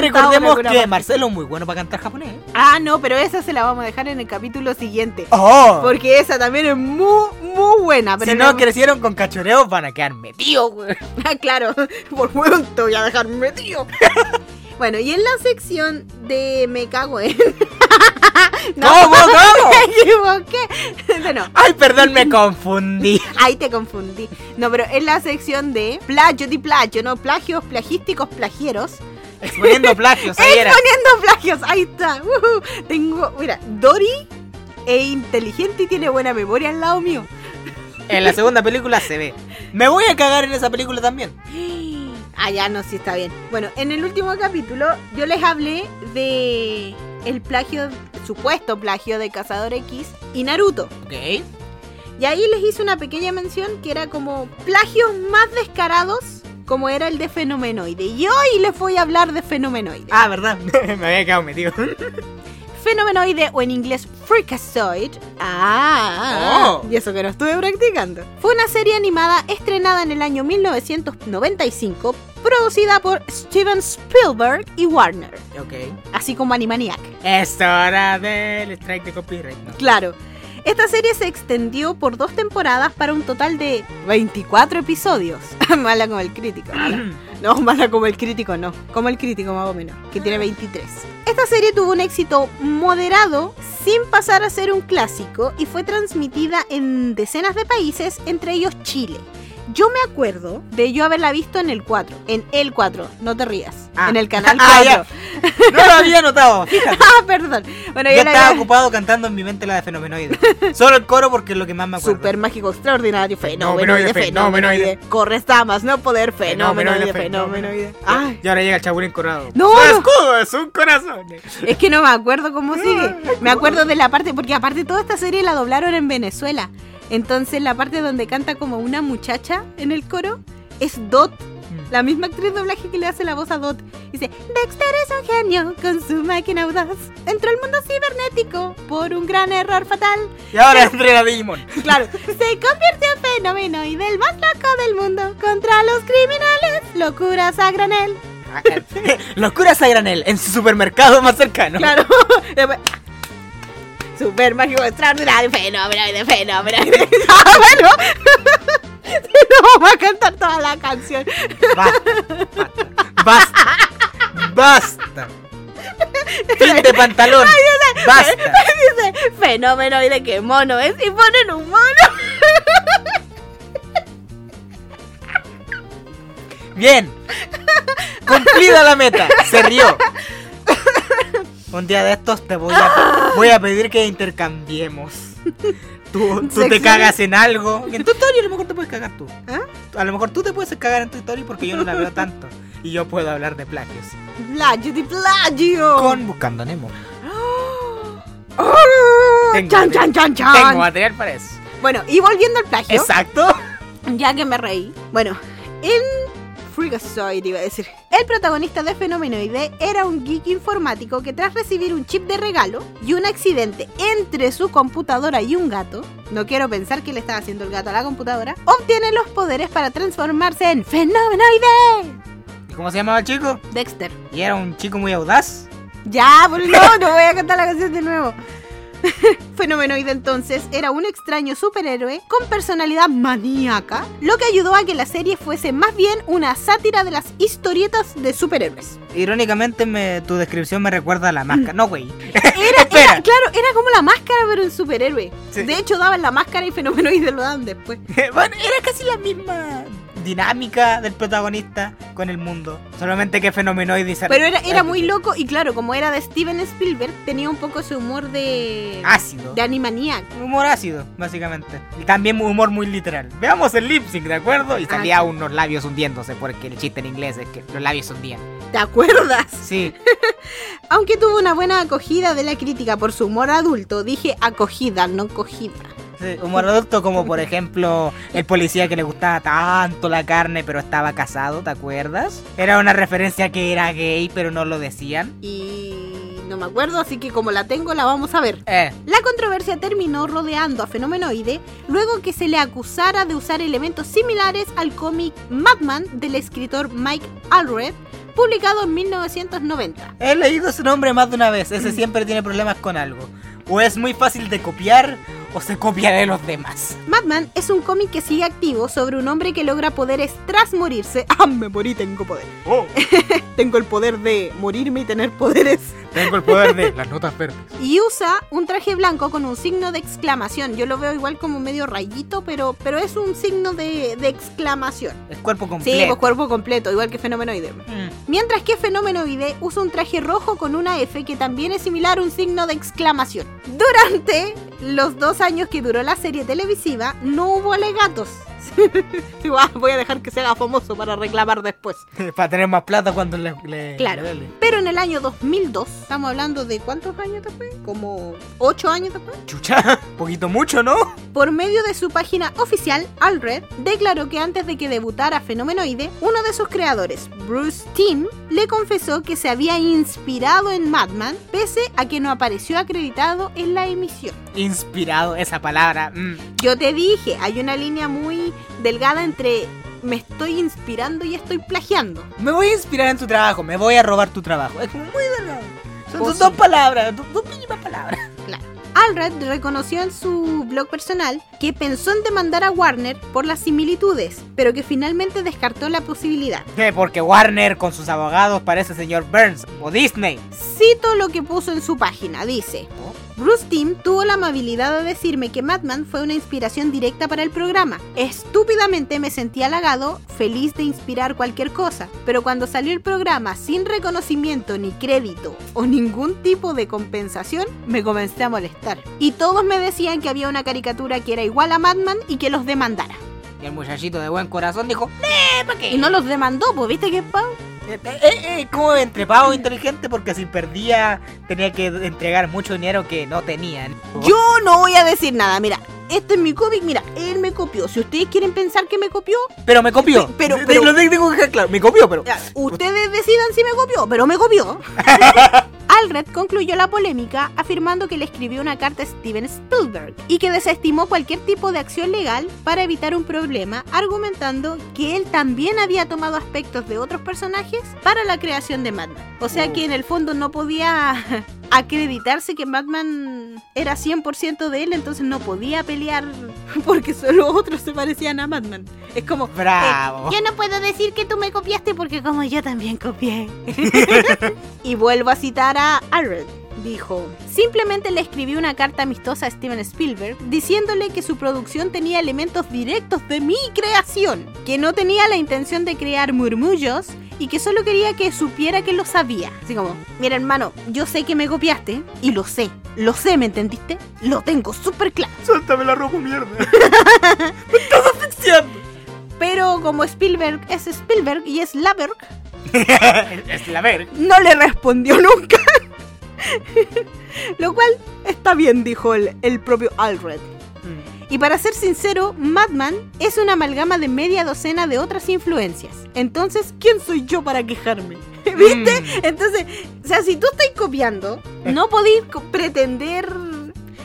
Speaker 1: una
Speaker 2: recordemos
Speaker 1: cura
Speaker 2: que
Speaker 1: más.
Speaker 2: Marcelo es muy bueno para cantar japonés.
Speaker 1: Ah, no, pero esa se la vamos a dejar en el capítulo siguiente.
Speaker 2: Oh.
Speaker 1: Porque esa también es muy, muy buena. Pero
Speaker 2: si no crecieron con cachoreos van a quedar metidos, güey.
Speaker 1: Ah, claro, por hueón te voy a dejar metido. bueno, y en la sección de me cago en...
Speaker 2: ¿Cómo, cómo?
Speaker 1: me equivoqué. Bueno,
Speaker 2: Ay, perdón, me confundí.
Speaker 1: Ahí te confundí. No, pero en la sección de plagio di plagio, ¿no? Plagios, plagísticos, plagieros.
Speaker 2: Exponiendo plagios, ahí era.
Speaker 1: Exponiendo plagios, ahí está. Ujú. Tengo, mira, Dory es inteligente y tiene buena memoria al lado mío.
Speaker 2: En la segunda película se ve. Me voy a cagar en esa película también.
Speaker 1: Ah, ya no, sí está bien. Bueno, en el último capítulo yo les hablé de el plagio, supuesto plagio de Cazador X y Naruto.
Speaker 2: Ok.
Speaker 1: Y ahí les hice una pequeña mención que era como plagios más descarados, como era el de Fenomenoide. Y hoy les voy a hablar de Fenomenoide.
Speaker 2: Ah, verdad. me había quedado metido.
Speaker 1: Fenomenoide o en inglés Freakazoid. Ah,
Speaker 2: Oh.
Speaker 1: y eso que no estuve practicando. Fue una serie animada estrenada en el año 1995, producida por Steven Spielberg y Warner,
Speaker 2: Ok.
Speaker 1: así como Animaniac.
Speaker 2: Es hora del strike de copyright. No.
Speaker 1: Claro. Esta serie se extendió por dos temporadas para un total de 24 episodios. mala como el crítico. mala. No, mala como el crítico, no. Como el crítico más o menos, que tiene 23. Esta serie tuvo un éxito moderado sin pasar a ser un clásico y fue transmitida en decenas de países, entre ellos Chile. Yo me acuerdo de yo haberla visto en el 4, en el 4, no te rías,
Speaker 2: Ah.
Speaker 1: en el canal
Speaker 2: Ah,
Speaker 1: 4.
Speaker 2: No lo había notado, fíjate.
Speaker 1: ah, perdón. Bueno,
Speaker 2: Yo
Speaker 1: yo la
Speaker 2: estaba
Speaker 1: había-
Speaker 2: ocupado cantando en mi mente la de fenomenoide. Solo el coro porque es lo que más me acuerdo.
Speaker 1: Super mágico, extraordinario, fenómenoide,
Speaker 4: Fenomenoide,
Speaker 1: fenómenoide.
Speaker 4: fenomenoide.
Speaker 1: Corres a más no poder, fenómenoide,
Speaker 4: Fenomenoide,
Speaker 1: fenómenoide. Ay,
Speaker 4: Y ahora llega el chabulín coronado.
Speaker 1: No,
Speaker 4: Su
Speaker 1: no.
Speaker 4: escudo es un corazón.
Speaker 1: es que no me acuerdo cómo sigue. Me acuerdo de la parte, porque aparte toda esta serie la doblaron en Venezuela. Entonces la parte donde canta como una muchacha en el coro es Dot. La misma actriz de doblaje que le hace la voz a Dot. Dice, Dexter es un genio con su máquina audaz. Entró al mundo cibernético por un gran error fatal.
Speaker 2: Y ahora entrega Digimon.
Speaker 1: Claro, se convirtió en fenómeno y del más loco del mundo contra los criminales, locuras a granel.
Speaker 2: Locuras a granel en su supermercado más cercano.
Speaker 1: Claro, super mágico, extraordinario, fenómeno de fenómeno. ah, bueno, Sí, no vamos a cantar toda la canción.
Speaker 2: Basta. Basta. Basta. Fin de pantalón. Basta.
Speaker 1: Dice, fenómeno y de qué mono es y ponen un mono.
Speaker 2: Bien. Cumplida la meta. Se rió. Un día de estos te voy a, voy a pedir que intercambiemos. Tú, tú te
Speaker 1: Secciones.
Speaker 2: cagas en algo. En tu historia a lo mejor te puedes cagar tú.
Speaker 1: ¿Ah?
Speaker 2: A lo mejor tú te puedes cagar en tu historia porque yo no la veo tanto. Y yo puedo hablar de plagios.
Speaker 1: Plagio de plagio.
Speaker 2: Con Buscando a Nemo.
Speaker 1: Oh,
Speaker 4: Tengo
Speaker 1: chan,
Speaker 4: material.
Speaker 1: chan, chan, chan.
Speaker 4: Tengo material para eso.
Speaker 1: Bueno, y volviendo al plagio.
Speaker 4: Exacto.
Speaker 1: Ya que me reí. Bueno, en Freakazoid iba a decir. El protagonista de Fenomenoide era un geek informático que tras recibir un chip de regalo y un accidente entre su computadora y un gato, no quiero pensar que le estaba haciendo el gato a la computadora, obtiene los poderes para transformarse en Fenomenoide.
Speaker 2: ¿Y cómo se llamaba el chico?
Speaker 1: Dexter.
Speaker 2: Y era un chico muy audaz.
Speaker 1: Ya, por- no, no voy a cantar la canción de nuevo. Fenomenoide entonces era un extraño superhéroe con personalidad maníaca, lo que ayudó a que la serie fuese más bien una sátira de las historietas de superhéroes.
Speaker 2: Irónicamente me- tu descripción me recuerda a la máscara.
Speaker 1: Mm.
Speaker 2: No, güey.
Speaker 1: Era,
Speaker 2: Espera.
Speaker 1: era- claro, era como la máscara, pero un superhéroe.
Speaker 2: Sí.
Speaker 1: De hecho, daban la máscara y Fenomenoide lo daban después.
Speaker 2: Bueno, era casi la misma dinámica del protagonista con el mundo. Solamente que fenomenoide. se-
Speaker 1: Pero era, era muy loco y claro, como era de Steven Spielberg, tenía un poco ese humor de...
Speaker 2: Ácido.
Speaker 1: De animaniac.
Speaker 2: Humor ácido, básicamente. Y también humor muy literal. Veamos el lip sync, ¿de acuerdo?
Speaker 1: Ah,
Speaker 2: Y salía unos labios hundiéndose, porque el chiste en inglés es que los labios se hundían.
Speaker 1: ¿Te acuerdas?
Speaker 2: Sí,
Speaker 1: Aunque tuvo una buena acogida de la crítica por su humor adulto, dije acogida, no cogida.
Speaker 2: sí, humor adulto como por ejemplo el policía que le gustaba tanto la carne pero estaba casado, ¿te acuerdas? Era una referencia que era gay pero no lo decían.
Speaker 1: Y no me acuerdo, así que como la tengo la vamos a ver.
Speaker 2: Eh,
Speaker 1: La controversia terminó rodeando a Fenomenoide luego que se le acusara de usar elementos similares al cómic Madman del escritor Mike Allred, publicado en 1990.
Speaker 2: He leído su nombre más de una vez. Ese siempre tiene problemas con algo. O es muy fácil de copiar o se copia de los demás.
Speaker 1: Madman es un cómic que sigue activo sobre un hombre que logra poderes tras morirse. ¡Ah, me morí, tengo poder!
Speaker 4: Oh,
Speaker 1: Tengo el poder de morirme y tener poderes.
Speaker 4: tengo el poder de las notas verdes.
Speaker 1: Y usa un traje blanco con un signo de exclamación. Yo lo veo igual como medio rayito, pero, pero es un signo de, de exclamación.
Speaker 2: El cuerpo
Speaker 1: Sí, pues
Speaker 2: completo.
Speaker 1: cuerpo completo, igual que Fenomenoide.
Speaker 2: Mm.
Speaker 1: Mientras que Fenomenoide usa un traje rojo con una F que también es similar a un signo de exclamación. Durante los dos años que duró la serie televisiva, no hubo alegatos. Sí, va, Voy a dejar que se haga famoso para reclamar después.
Speaker 2: Para tener más plata cuando le. le-
Speaker 1: Claro.
Speaker 2: le duele.
Speaker 1: Pero en el año 2002, estamos hablando de cuántos años después? Como 8 años después.
Speaker 2: Chucha, poquito mucho, ¿no?
Speaker 1: Por medio de su página oficial, Alred declaró que antes de que debutara Fenomenoide, uno de sus creadores, Bruce Timm, le confesó que se había inspirado en Madman, pese a que no apareció acreditado en la emisión.
Speaker 2: Inspirado, esa palabra. mm.
Speaker 1: Yo te dije, hay una línea muy delgada entre me estoy inspirando y estoy plagiando.
Speaker 2: Me voy a inspirar en tu trabajo, me voy a robar tu trabajo. Es como muy delgado. Son
Speaker 1: Oh,
Speaker 2: dos,
Speaker 1: sí.
Speaker 2: dos palabras, dos, dos mínimas palabras.
Speaker 1: Alred reconoció en su blog personal que pensó en demandar a Warner por las similitudes, pero que finalmente descartó la posibilidad.
Speaker 2: Eh, Porque Warner con sus abogados parece señor Burns o Disney.
Speaker 1: Cito lo que puso en su página, dice, Bruce Timm tuvo la amabilidad de decirme que Madman fue una inspiración directa para el programa. Estúpidamente me sentí halagado, feliz de inspirar cualquier cosa, pero cuando salió el programa sin reconocimiento ni crédito o ningún tipo de compensación, me comencé a molestar. Y todos me decían que había una caricatura que era igual a Madman y que los demandara.
Speaker 2: Y el muchachito de buen corazón dijo,
Speaker 1: Y no los demandó, pues viste que pavo.
Speaker 2: Eh, eh, eh, como entrepado inteligente porque si perdía tenía que entregar mucho dinero que no tenían.
Speaker 1: Yo no voy a decir nada, mira. Este es mi cómic, mira, él me copió. Si ustedes quieren pensar que me copió,
Speaker 2: pero me copió.
Speaker 1: pero-
Speaker 2: De- de-
Speaker 1: pero-
Speaker 2: lo tengo que dejar claro, me copió, pero
Speaker 1: Ya, Ustedes decidan si me copió, pero me copió. Alred concluyó la polémica afirmando que le escribió una carta a Steven Spielberg y que desestimó cualquier tipo de acción legal para evitar un problema, argumentando que él también había tomado aspectos de otros personajes para la creación de Madman. O
Speaker 2: Oh.
Speaker 1: sea que en el fondo no podía acreditarse que Madman era 100% de él, entonces no podía pelear porque solo otros se parecían a Madman. Es como,
Speaker 2: bravo.
Speaker 3: Yo no puedo decir que tú me copiaste porque como yo también copié.
Speaker 1: Y vuelvo a citar a Arred. Dijo, simplemente le escribí una carta amistosa a Steven Spielberg diciéndole que su producción tenía elementos directos de mi creación, que no tenía la intención de crear murmullos y que solo quería que supiera que lo sabía. Así como, mira hermano, yo sé que me copiaste y lo sé, lo sé, ¿me entendiste? Lo tengo súper claro.
Speaker 4: Suéltame la ropa, mierda.
Speaker 1: Pero como Spielberg es Spielberg y es Laberg,
Speaker 4: es la verga.
Speaker 1: no le respondió nunca. Lo cual está bien, dijo el, el propio Alred. Y para ser sincero, Madman es una amalgama de media docena de otras influencias. Entonces, ¿quién soy yo para quejarme? ¿Viste? Entonces, o sea, si tú estás copiando, no podéis co- pretender...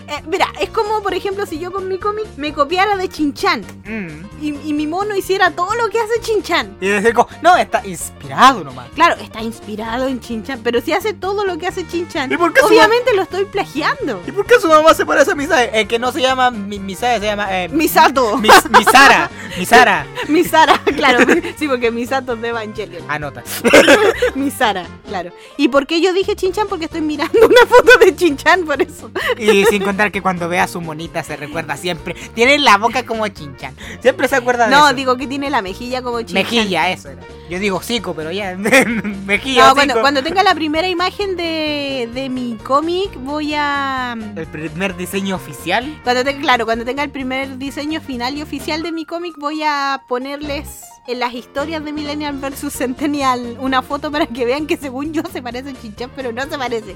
Speaker 1: Eh, mira, es como, por ejemplo, si yo con mi cómic me copiara de Chinchan
Speaker 2: Mm, mm.
Speaker 1: y, y mi mono hiciera todo lo que hace Chinchan.
Speaker 2: Y decir como, no, está inspirado nomás.
Speaker 1: Claro, está inspirado en Chinchan, pero si hace todo lo que hace Chinchan,
Speaker 4: ¿Y por qué se
Speaker 1: obviamente lo estoy plagiando.
Speaker 2: ¿Y por qué su mamá se parece a Misae? Eh, que no se llama Mi- Misae, se llama eh,
Speaker 1: Misato,
Speaker 2: Mis- Misara. Misara.
Speaker 1: Misara, claro, sí, porque Misato es de Evangelion.
Speaker 2: Anota.
Speaker 1: Misara, claro. ¿Y por qué yo dije Chinchan? Porque estoy mirando una foto de Chinchan, por eso.
Speaker 2: Y sin contar que cuando ve a su monita se recuerda siempre. Tiene la boca como chinchan. Siempre se
Speaker 4: Ah,
Speaker 2: acuerda de
Speaker 1: No,
Speaker 2: eso.
Speaker 1: digo que tiene la mejilla como Chinchan.
Speaker 2: Mejilla, eso era. Yo digo hocico, pero ya. Mejilla,
Speaker 1: No,
Speaker 2: hocico.
Speaker 1: cuando, cuando tenga la primera imagen de, de mi cómic, voy a.
Speaker 2: El primer diseño oficial.
Speaker 1: Cuando tenga, claro, cuando tenga el primer diseño final y oficial de mi cómic, voy a ponerles en las historias de Millennial vs Centennial una foto para que vean que según yo se parece a Chinchan, pero no se parece.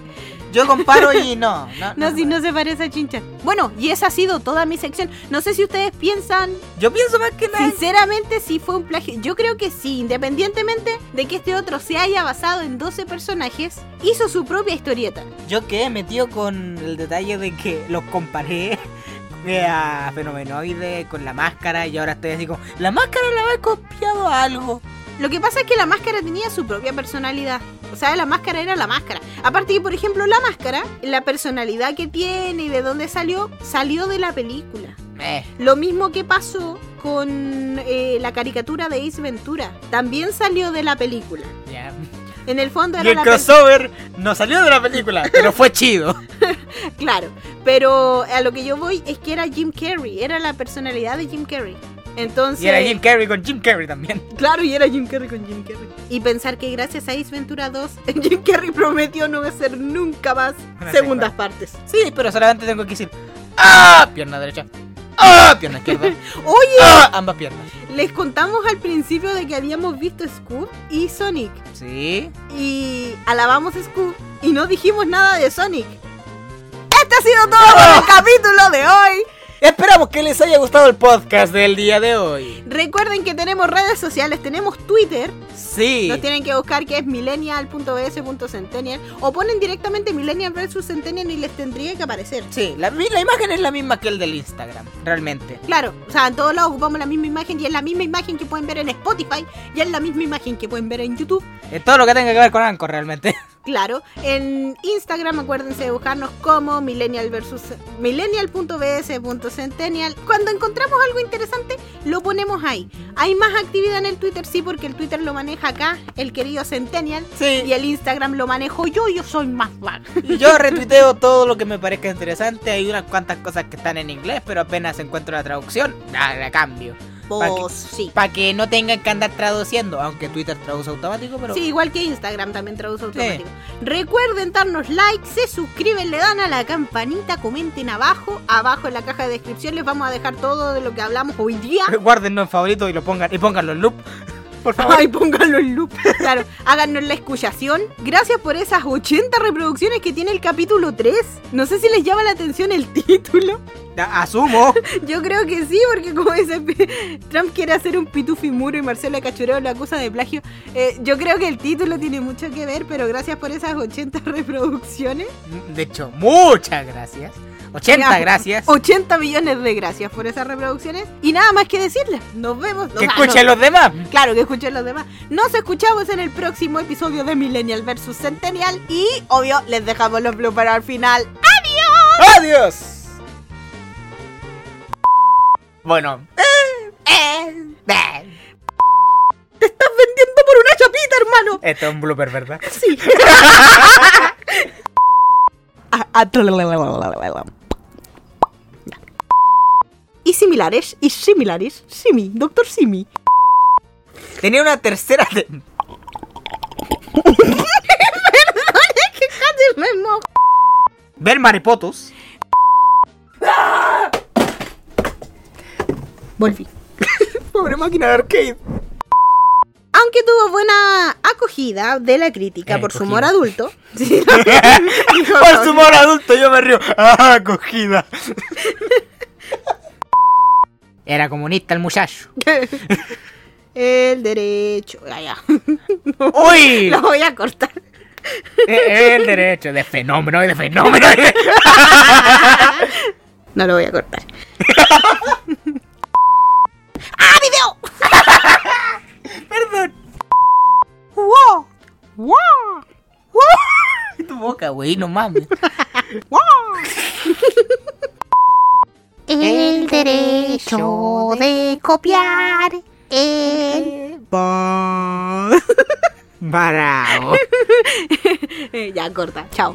Speaker 2: Yo comparo y no. No,
Speaker 1: Ah, No, si no se parece a Chinchan. Bueno, y esa ha sido toda mi sección. No sé si ustedes piensan
Speaker 2: Yo pienso más que nada.
Speaker 1: Sinceramente, sí fue un plagio. Yo creo que sí, independientemente de que este otro se haya basado en 12 personajes, hizo su propia historieta.
Speaker 2: Yo quedé metido con el detalle de que los comparé eh, a Fenomenoide con la máscara y ahora estoy así como, la máscara la había copiado a algo.
Speaker 1: Lo que pasa es que la máscara tenía su propia personalidad. O sea, la máscara era la máscara. Aparte que, por ejemplo, la máscara, la personalidad que tiene y de dónde salió, salió de la película.
Speaker 2: Eh,
Speaker 1: Lo mismo que pasó con eh, la caricatura de Ace Ventura. También salió de la película.
Speaker 2: ya.
Speaker 1: En el fondo
Speaker 2: Y
Speaker 1: era
Speaker 2: el
Speaker 1: la pel-
Speaker 2: crossover no salió de la película, pero fue chido.
Speaker 1: Claro, pero a lo que yo voy es que era Jim Carrey, era la personalidad de Jim Carrey. Entonces,
Speaker 2: Y era Jim Carrey con Jim Carrey también.
Speaker 1: claro, y era Jim Carrey con Jim Carrey. Y pensar que gracias a Ace Ventura 2, Jim Carrey prometió no hacer nunca más
Speaker 2: Una
Speaker 1: segundas partes.
Speaker 2: Sí, pero solamente tengo que decir, ¡ah! Pierna derecha. ¡Ah! Pierna izquierda.
Speaker 1: Oye,
Speaker 2: ¡Ah! Ambas piernas.
Speaker 1: les contamos al principio de que habíamos visto Scoop y Sonic
Speaker 2: Sí.
Speaker 1: y alabamos Scoop y no dijimos nada de Sonic. Este ha sido todo por el capítulo de hoy.
Speaker 2: Esperamos que les haya gustado el podcast del día de hoy.
Speaker 1: Recuerden que tenemos redes sociales, tenemos Twitter,
Speaker 2: Sí.
Speaker 1: Nos tienen que buscar que es millennial.bs.centennial o ponen directamente millennial versus centennial y les tendría que aparecer.
Speaker 2: Sí, la, la imagen es la misma que el del Instagram, realmente.
Speaker 1: Claro, o sea, en todos lados ocupamos la misma imagen y es la misma imagen que pueden ver en Spotify y es la misma imagen que pueden ver en YouTube.
Speaker 2: Eh, todo lo que tenga que ver con Anchor, realmente.
Speaker 1: Claro, en Instagram acuérdense de buscarnos como millennial versus millennial.bs.centennial. Cuando encontramos algo interesante, lo ponemos ahí. Hay más actividad en el Twitter, sí, porque el Twitter lo maneja acá el querido Centennial
Speaker 2: Sí,
Speaker 1: y el Instagram lo manejo yo, yo soy más vaga.
Speaker 2: y yo retuiteo todo lo que me parezca interesante. Hay unas cuantas cosas que están en inglés, pero apenas encuentro la traducción, la, la cambio.
Speaker 1: Pues sí.
Speaker 2: Para que no tengan que andar traduciendo, aunque Twitter traduce automático, pero...
Speaker 1: Sí, igual que Instagram también traduce automático. Recuerden darnos like, se suscriben, le dan a la campanita, comenten abajo. Abajo en la caja de descripción les vamos a dejar todo de lo que hablamos hoy día.
Speaker 2: Guárdenlo en favorito y lo pongan y pónganlo en loop. Por favor.
Speaker 1: Ay, pónganlo en loop. Claro, háganos la escuchación. Gracias por esas 80 reproducciones que tiene el capítulo 3. No sé si les llama la atención el título.
Speaker 2: A- Asumo.
Speaker 1: Yo creo que sí, porque como dice P- Trump quiere hacer un pitufimuro y Marcela Cachureo lo acusa de plagio. Eh, yo creo que el título tiene mucho que ver, pero gracias por esas 80 reproducciones.
Speaker 2: De hecho, muchas gracias. 80
Speaker 1: Mira,
Speaker 2: gracias.
Speaker 1: 80 millones de gracias por esas reproducciones. Y nada más que decirles, nos vemos. o
Speaker 2: que
Speaker 1: sea,
Speaker 2: escuchen
Speaker 1: no-
Speaker 2: los demás.
Speaker 1: Claro, que escuchen los demás. Nos escuchamos en el próximo episodio de Millennial vs. Centennial. Y, obvio, les dejamos los bloopers al final.
Speaker 2: Adiós. Bueno. Eh,
Speaker 1: ¡Te estás vendiendo por una chapita, hermano!
Speaker 2: Esto es un blooper, ¿verdad?
Speaker 1: Sí. A- a- y similares, y similares, Simi, Doctor Simi.
Speaker 2: Tenía una tercera... de-
Speaker 1: Casi me mojo.
Speaker 2: Ver maripotos.
Speaker 1: Volví.
Speaker 2: Pobre máquina de arcade.
Speaker 1: Aunque tuvo buena acogida de la crítica
Speaker 2: Eh,
Speaker 1: por su
Speaker 2: acogida.
Speaker 1: humor adulto. Sí.
Speaker 2: Por su humor adulto yo me río. Ah, cogida. Era comunista el muchacho.
Speaker 1: El derecho. Ah, ya.
Speaker 2: ¡Uy!
Speaker 1: Lo voy a cortar.
Speaker 2: Eh, El derecho de fenómeno, de fenómeno.
Speaker 1: No lo voy a cortar. ¡Ah, video!
Speaker 2: Perdón.
Speaker 1: ¡Wow! ¡Wow!
Speaker 2: Tu boca, güey, no mames.
Speaker 3: El derecho de copiar. El...
Speaker 2: Bravo.
Speaker 1: Eh, ya corta. Chao.